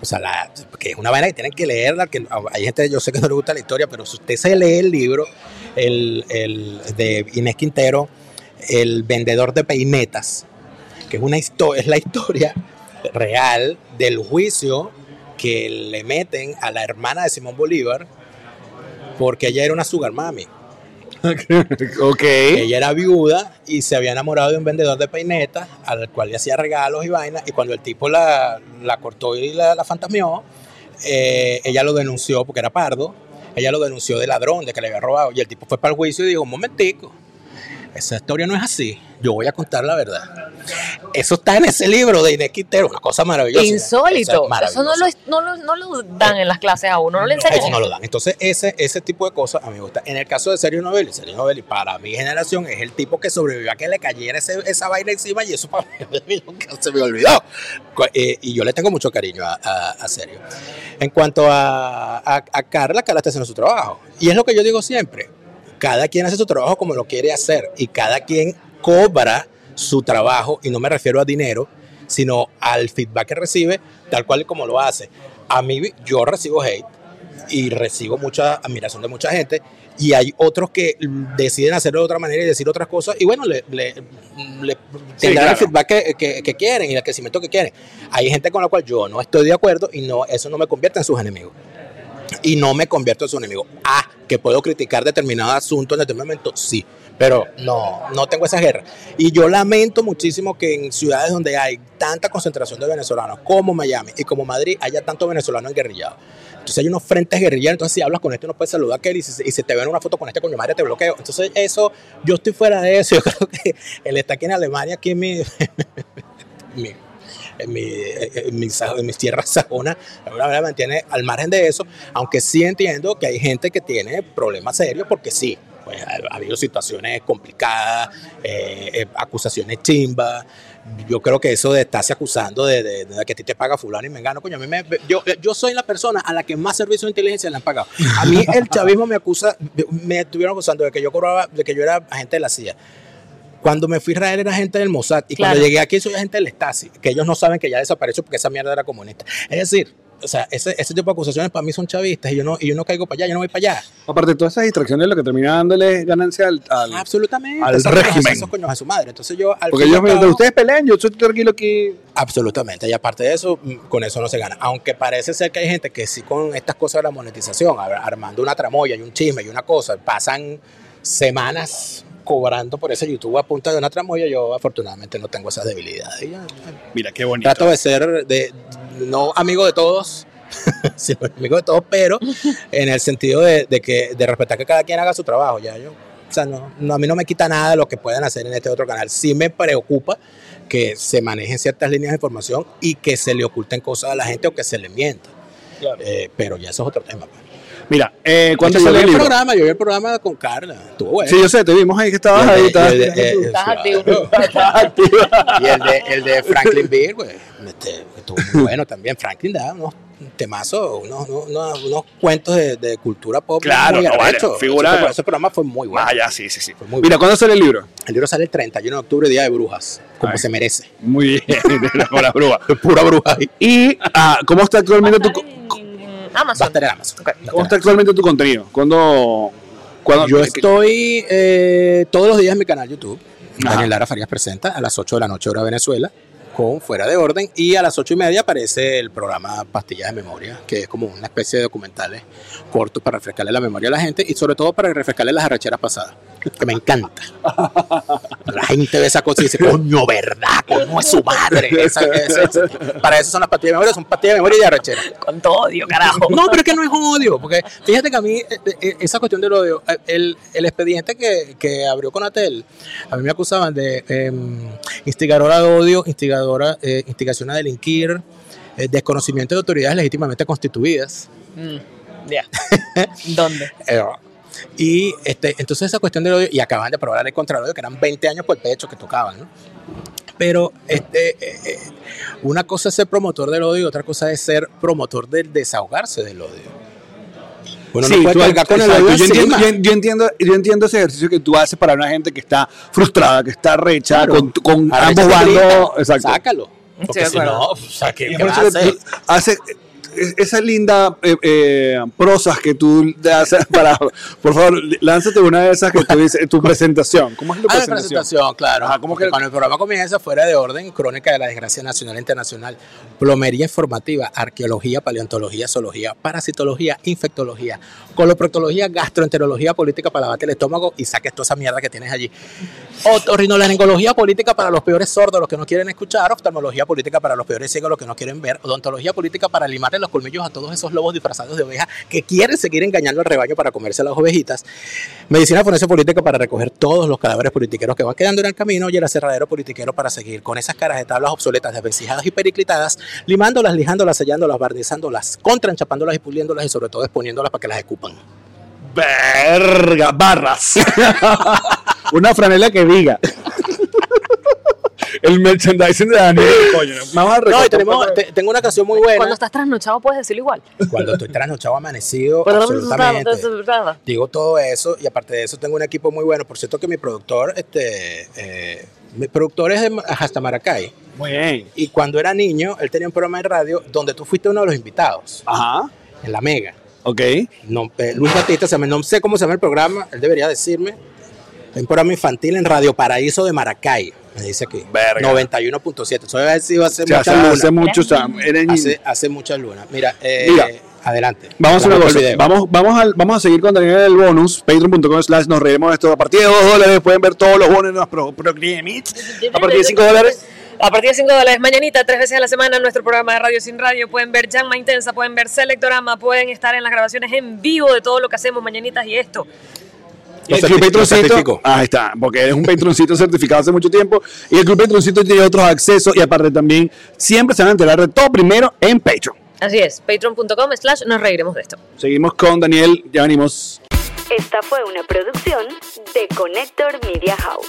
Speaker 5: O sea, la- que es una vaina que tienen que leerla, que hay gente, yo sé que no le gusta la historia, pero si usted se lee el libro el, el de Inés Quintero, el vendedor de peinetas, que es, una histo- es la historia real del juicio que le meten a la hermana de Simón Bolívar porque ella era una sugar mami.
Speaker 3: ok.
Speaker 5: Ella era viuda y se había enamorado de un vendedor de peinetas al cual le hacía regalos y vainas. Y cuando el tipo la, la cortó y la, la fantasmeó, eh, ella lo denunció porque era pardo. Ella lo denunció de ladrón, de que le había robado. Y el tipo fue para el juicio y dijo: Un momentico, esa historia no es así. Yo voy a contar la verdad. Eso está en ese libro de Inés Quintero, una cosa maravillosa.
Speaker 2: Insólito.
Speaker 5: Eso es maravilloso.
Speaker 2: Eso no lo, es- no, lo, no lo dan en las clases a uno, no lo enseñan.
Speaker 5: Eso no lo dan. Entonces, ese, ese tipo de cosas a mí me gusta. En el caso de Sergio Novelli, Sergio Novelli, para mi generación, es el tipo que sobrevivió a que le cayera ese- esa vaina encima y eso para mí [LAUGHS] nunca se me olvidó. Co- eh, y yo le tengo mucho cariño a, a- a Sergio. En cuanto a, a- a Carla, Carla está haciendo su trabajo. Y es lo que yo digo siempre. Cada quien hace su trabajo como lo quiere hacer y cada quien cobra su trabajo, y no me refiero a dinero, sino al feedback que recibe, tal cual y como lo hace. A mí, yo recibo hate, y recibo mucha admiración de mucha gente y hay otros que deciden hacerlo de otra manera y decir otras cosas y bueno, le, le- le tendrán
Speaker 3: claro.
Speaker 5: el feedback que, que- que quieren y el crecimiento que quieren. Hay gente con la cual yo no estoy de acuerdo y no eso no me convierte en sus enemigos. Y no me convierto en su enemigo. Ah, que puedo criticar determinado asunto en determinado momento, sí. Pero no, no tengo esa guerra. Y yo lamento muchísimo que en ciudades donde hay tanta concentración de venezolanos, como Miami y como Madrid, haya tanto venezolano enguerrillado. Entonces hay unos frentes guerrilleros, entonces si hablas con este no puedes saludar a aquel y si, se- y si te ven una foto con este con madre te bloqueo. Entonces eso, yo estoy fuera de eso, [LAUGHS] yo creo que el estar aquí en Alemania, aquí en mi, [LAUGHS] mi- en, mi, en mi sa- en mis [LAUGHS] tierras sajonas, de alguna manera mantiene al margen de eso, aunque sí entiendo que hay gente que tiene problemas serios porque sí. Pues ha, ha habido situaciones complicadas, eh, eh, acusaciones chimbas. Yo creo que eso de estarse acusando de, de- de que a ti te paga fulano y me engano, coño, a mí me- yo, yo soy la persona a la que más servicios de inteligencia le han pagado. A mí el chavismo me acusa, me estuvieron acusando de que yo cobraba, de que yo era agente de la CIA. Cuando me fui a Israel era gente del Mossad y
Speaker 2: Claro.
Speaker 5: cuando llegué aquí soy agente del Stasi, que ellos no saben que ya desapareció porque esa mierda era comunista. Es decir, o sea, ese, ese tipo de acusaciones para mí son chavistas y yo no, y yo no caigo para allá, yo no voy para allá.
Speaker 3: Aparte de todas esas distracciones, lo que termina dándole es ganancia al.
Speaker 5: Ah,
Speaker 3: al-
Speaker 5: Absolutamente.
Speaker 3: al
Speaker 5: Esos coños-
Speaker 3: régimen.
Speaker 5: Esos coños a su madre. Entonces yo al
Speaker 3: porque
Speaker 5: fin y
Speaker 3: ellos
Speaker 5: al
Speaker 3: me
Speaker 5: cabo-
Speaker 3: ustedes pelean, yo estoy tranquilo aquí.
Speaker 5: Absolutamente, y aparte de eso, mm, con eso no se gana. Aunque parece ser que hay gente que sí con estas cosas de la monetización, ar- armando una tramoya y un chisme y una cosa, pasan semanas cobrando por ese YouTube a punta de una tramoya, yo afortunadamente no tengo esas debilidades. Ya, ya.
Speaker 3: Mira, qué bonito.
Speaker 5: Trato de ser, de, no amigo de todos, [LAUGHS] sino amigo de todos, pero en el sentido de, de que, de respetar que cada quien haga su trabajo, ya yo. O sea, no, no, a mí no me quita nada lo que puedan hacer en este otro canal. Sí me preocupa que se manejen ciertas líneas de información y que se le oculten cosas a la gente o que se le mienta. Eh, pero ya eso es otro tema. pues.
Speaker 3: Mira, eh, ¿cuándo
Speaker 5: Yo vi
Speaker 3: sale el
Speaker 5: el
Speaker 3: libro?
Speaker 5: programa, yo vi el programa con Carla. Estuvo bueno.
Speaker 3: Sí, yo sé, te vimos ahí que
Speaker 5: Y
Speaker 3: estabas
Speaker 5: el
Speaker 3: ahí.
Speaker 5: de-
Speaker 3: estabas-
Speaker 5: y el de- eh,
Speaker 2: Estás
Speaker 5: claro.
Speaker 2: activo.
Speaker 5: Y el de, el de
Speaker 3: [LAUGHS]
Speaker 5: Franklin Beer, güey, este, estuvo muy bueno también. Franklin da unos temazos, unos, unos, unos cuentos de, de cultura pop.
Speaker 3: Claro,
Speaker 5: muy
Speaker 3: no, vale,
Speaker 5: arrechos.
Speaker 3: figura-
Speaker 5: Ese, pro- ese programa fue muy bueno.
Speaker 3: Vaya, sí, sí, sí.
Speaker 5: Fue muy
Speaker 3: [LAUGHS] Mira,
Speaker 5: bueno.
Speaker 3: ¿cuándo sale el libro?
Speaker 5: El libro sale el 31 de octubre, Día de Brujas, como
Speaker 3: Ay.
Speaker 5: se merece.
Speaker 3: Muy bien, [LAUGHS] con las brujas.
Speaker 5: Pura bruja ahí.
Speaker 3: ¿Y ah, cómo está actualmente tu,
Speaker 2: Está en- en
Speaker 5: Va a
Speaker 2: Amazon.
Speaker 5: estar en Amazon. Va a estar en
Speaker 3: cómo está
Speaker 5: Amazon.
Speaker 3: actualmente tu contenido? ¿Cuándo, cuándo-
Speaker 5: Yo estoy eh, todos los días en mi canal YouTube.
Speaker 3: Ajá.
Speaker 5: Daniel Lara Farías presenta a las 8 de la noche, hora Venezuela, con Fuera de Orden. Y a las 8 y media aparece el programa Pastillas de Memoria, que es como una especie de documentales cortos para refrescarle la memoria a la gente y sobre todo para refrescarle las arracheras pasadas, que me encanta. La gente ve esa cosa y dice, coño, ¿verdad? ¿Cómo es su madre? Esa- esa- esa- Para eso son las pastillas de memoria, son pastillas de memoria y de arrachera.
Speaker 2: Con todo odio,
Speaker 5: [LAUGHS]
Speaker 2: carajo.
Speaker 5: No, pero es que no es un odio, porque fíjate que a mí eh, eh, esa cuestión del odio, eh, el, el expediente que, que abrió Conatel, a mí me acusaban de eh, instigadora de odio, instigadora, eh, instigación a delinquir, eh, desconocimiento de autoridades legítimamente constituidas.
Speaker 2: Mm,
Speaker 5: [LAUGHS]
Speaker 2: Ya. ¿Dónde?
Speaker 5: eh, y este, entonces esa cuestión del odio, y acaban de aprobar la ley contra el odio, que eran 20 años por pecho que tocaban, ¿no? Pero este, eh, eh, una cosa es ser promotor del odio y otra cosa es ser promotor del desahogarse del odio. Uno
Speaker 3: Sí,
Speaker 5: no puede
Speaker 3: tú-
Speaker 5: cargar con el
Speaker 3: exacto,
Speaker 5: odio
Speaker 3: yo, entiendo,
Speaker 5: encima.
Speaker 3: yo, yo entiendo, yo entiendo ese ejercicio que tú haces para una gente que está frustrada, que está recha,
Speaker 5: Claro.
Speaker 3: con, con
Speaker 5: Arrecha
Speaker 3: ambos
Speaker 5: tu
Speaker 3: bandos.
Speaker 5: grita,
Speaker 3: Exacto.
Speaker 5: Sácalo. Porque
Speaker 2: de
Speaker 5: si
Speaker 2: acuerdo.
Speaker 5: no, o sea, ¿qué,
Speaker 3: Y
Speaker 5: qué
Speaker 3: por
Speaker 5: vas a
Speaker 3: eso que
Speaker 5: hacer?
Speaker 3: tú haces es- esa linda eh, eh, prosas que tú le haces [LAUGHS] para. Por favor, lánzate una de esas que tú dices, tu presentación. ¿Cómo es tu
Speaker 5: Ah, la
Speaker 3: presentación?
Speaker 5: presentación, claro.
Speaker 3: Ajá, ¿cómo que-
Speaker 5: Porque Cuando el programa comienza, fuera de orden, crónica de la desgracia nacional e internacional, plomería informativa, arqueología, paleontología, zoología, parasitología, infectología, coloproctología, gastroenterología, política para lavarte el estómago y saques toda esa mierda que tienes allí. Otorrinolaringología política para los peores sordos, los que no quieren escuchar. Oftalmología política para los peores ciegos, los que no quieren ver. Odontología política para limarle los colmillos a todos esos lobos disfrazados de oveja que quieren seguir engañando al rebaño para comerse las ovejitas. Medicina forense política para recoger todos los cadáveres politiqueros que van quedando en el camino y el aserradero politiquero para seguir con esas caras de tablas obsoletas, desvencijadas y periclitadas, limándolas, lijándolas, sellándolas, barnizándolas, contraenchapándolas y puliéndolas y sobre todo exponiéndolas para que las escupan.
Speaker 3: Verga, barras. [LAUGHS] Una franela que diga. El merchandising de Daniel. [LAUGHS] Coño, vamos a
Speaker 5: No, y
Speaker 3: recortar-
Speaker 5: tenemos, te- tengo una canción muy buena.
Speaker 2: Cuando estás trasnochado puedes decirlo igual.
Speaker 5: Cuando estoy trasnochado, amanecido,
Speaker 2: Pero no te
Speaker 5: absolutamente.
Speaker 2: resultaba.
Speaker 5: Digo todo eso y aparte de eso tengo un equipo muy bueno. Por cierto que mi productor, este, eh, mi productor es de Ma- hasta Maracay.
Speaker 3: Muy bien.
Speaker 5: Y cuando era niño, él tenía un programa de radio donde tú fuiste uno de los invitados
Speaker 3: Ajá.
Speaker 5: en la Mega.
Speaker 3: Ok.
Speaker 5: No, eh, Luis Batista, se llama- no sé cómo se llama el programa, él debería decirme. Hay un programa infantil en Radio Paraíso de Maracay, me dice aquí.
Speaker 3: Verga.
Speaker 5: 91.7. Eso debe haber sido hace
Speaker 3: O sea, hace,
Speaker 5: mucha luna.
Speaker 3: hace muchos
Speaker 5: Hace, hace mucha luna. Mira, eh,
Speaker 3: Mira.
Speaker 5: adelante.
Speaker 3: Vamos a hacer una
Speaker 5: Claro,
Speaker 3: cosa.
Speaker 5: el video.
Speaker 3: Vamos, vamos, al- vamos a seguir con Daniel el bonus. Patreon.com slash nos reiremos de esto. A partir de 2 dólares pueden ver todos los bonos. de los pro- pro- A partir de 5 dólares.
Speaker 2: A partir de 5 dólares mañanita, tres veces a la semana, nuestro programa de Radio Sin Radio. Pueden ver Llama Intensa, pueden ver Selectorama, pueden estar en las grabaciones en vivo de todo lo que hacemos mañanitas y esto.
Speaker 3: Y el
Speaker 5: Lo
Speaker 3: Club
Speaker 5: certi- lo
Speaker 3: Patroncito.
Speaker 5: certifico.
Speaker 3: Ahí está, porque eres un Patroncito certificado hace mucho tiempo. Y el Club Patroncito tiene otros accesos. Y aparte también, siempre se van a enterar de todo primero en Patreon.
Speaker 2: Así es, patreon.com slash nos reiremos de esto.
Speaker 3: Seguimos con Daniel. Ya venimos.
Speaker 1: Esta fue una producción de Connector Media House.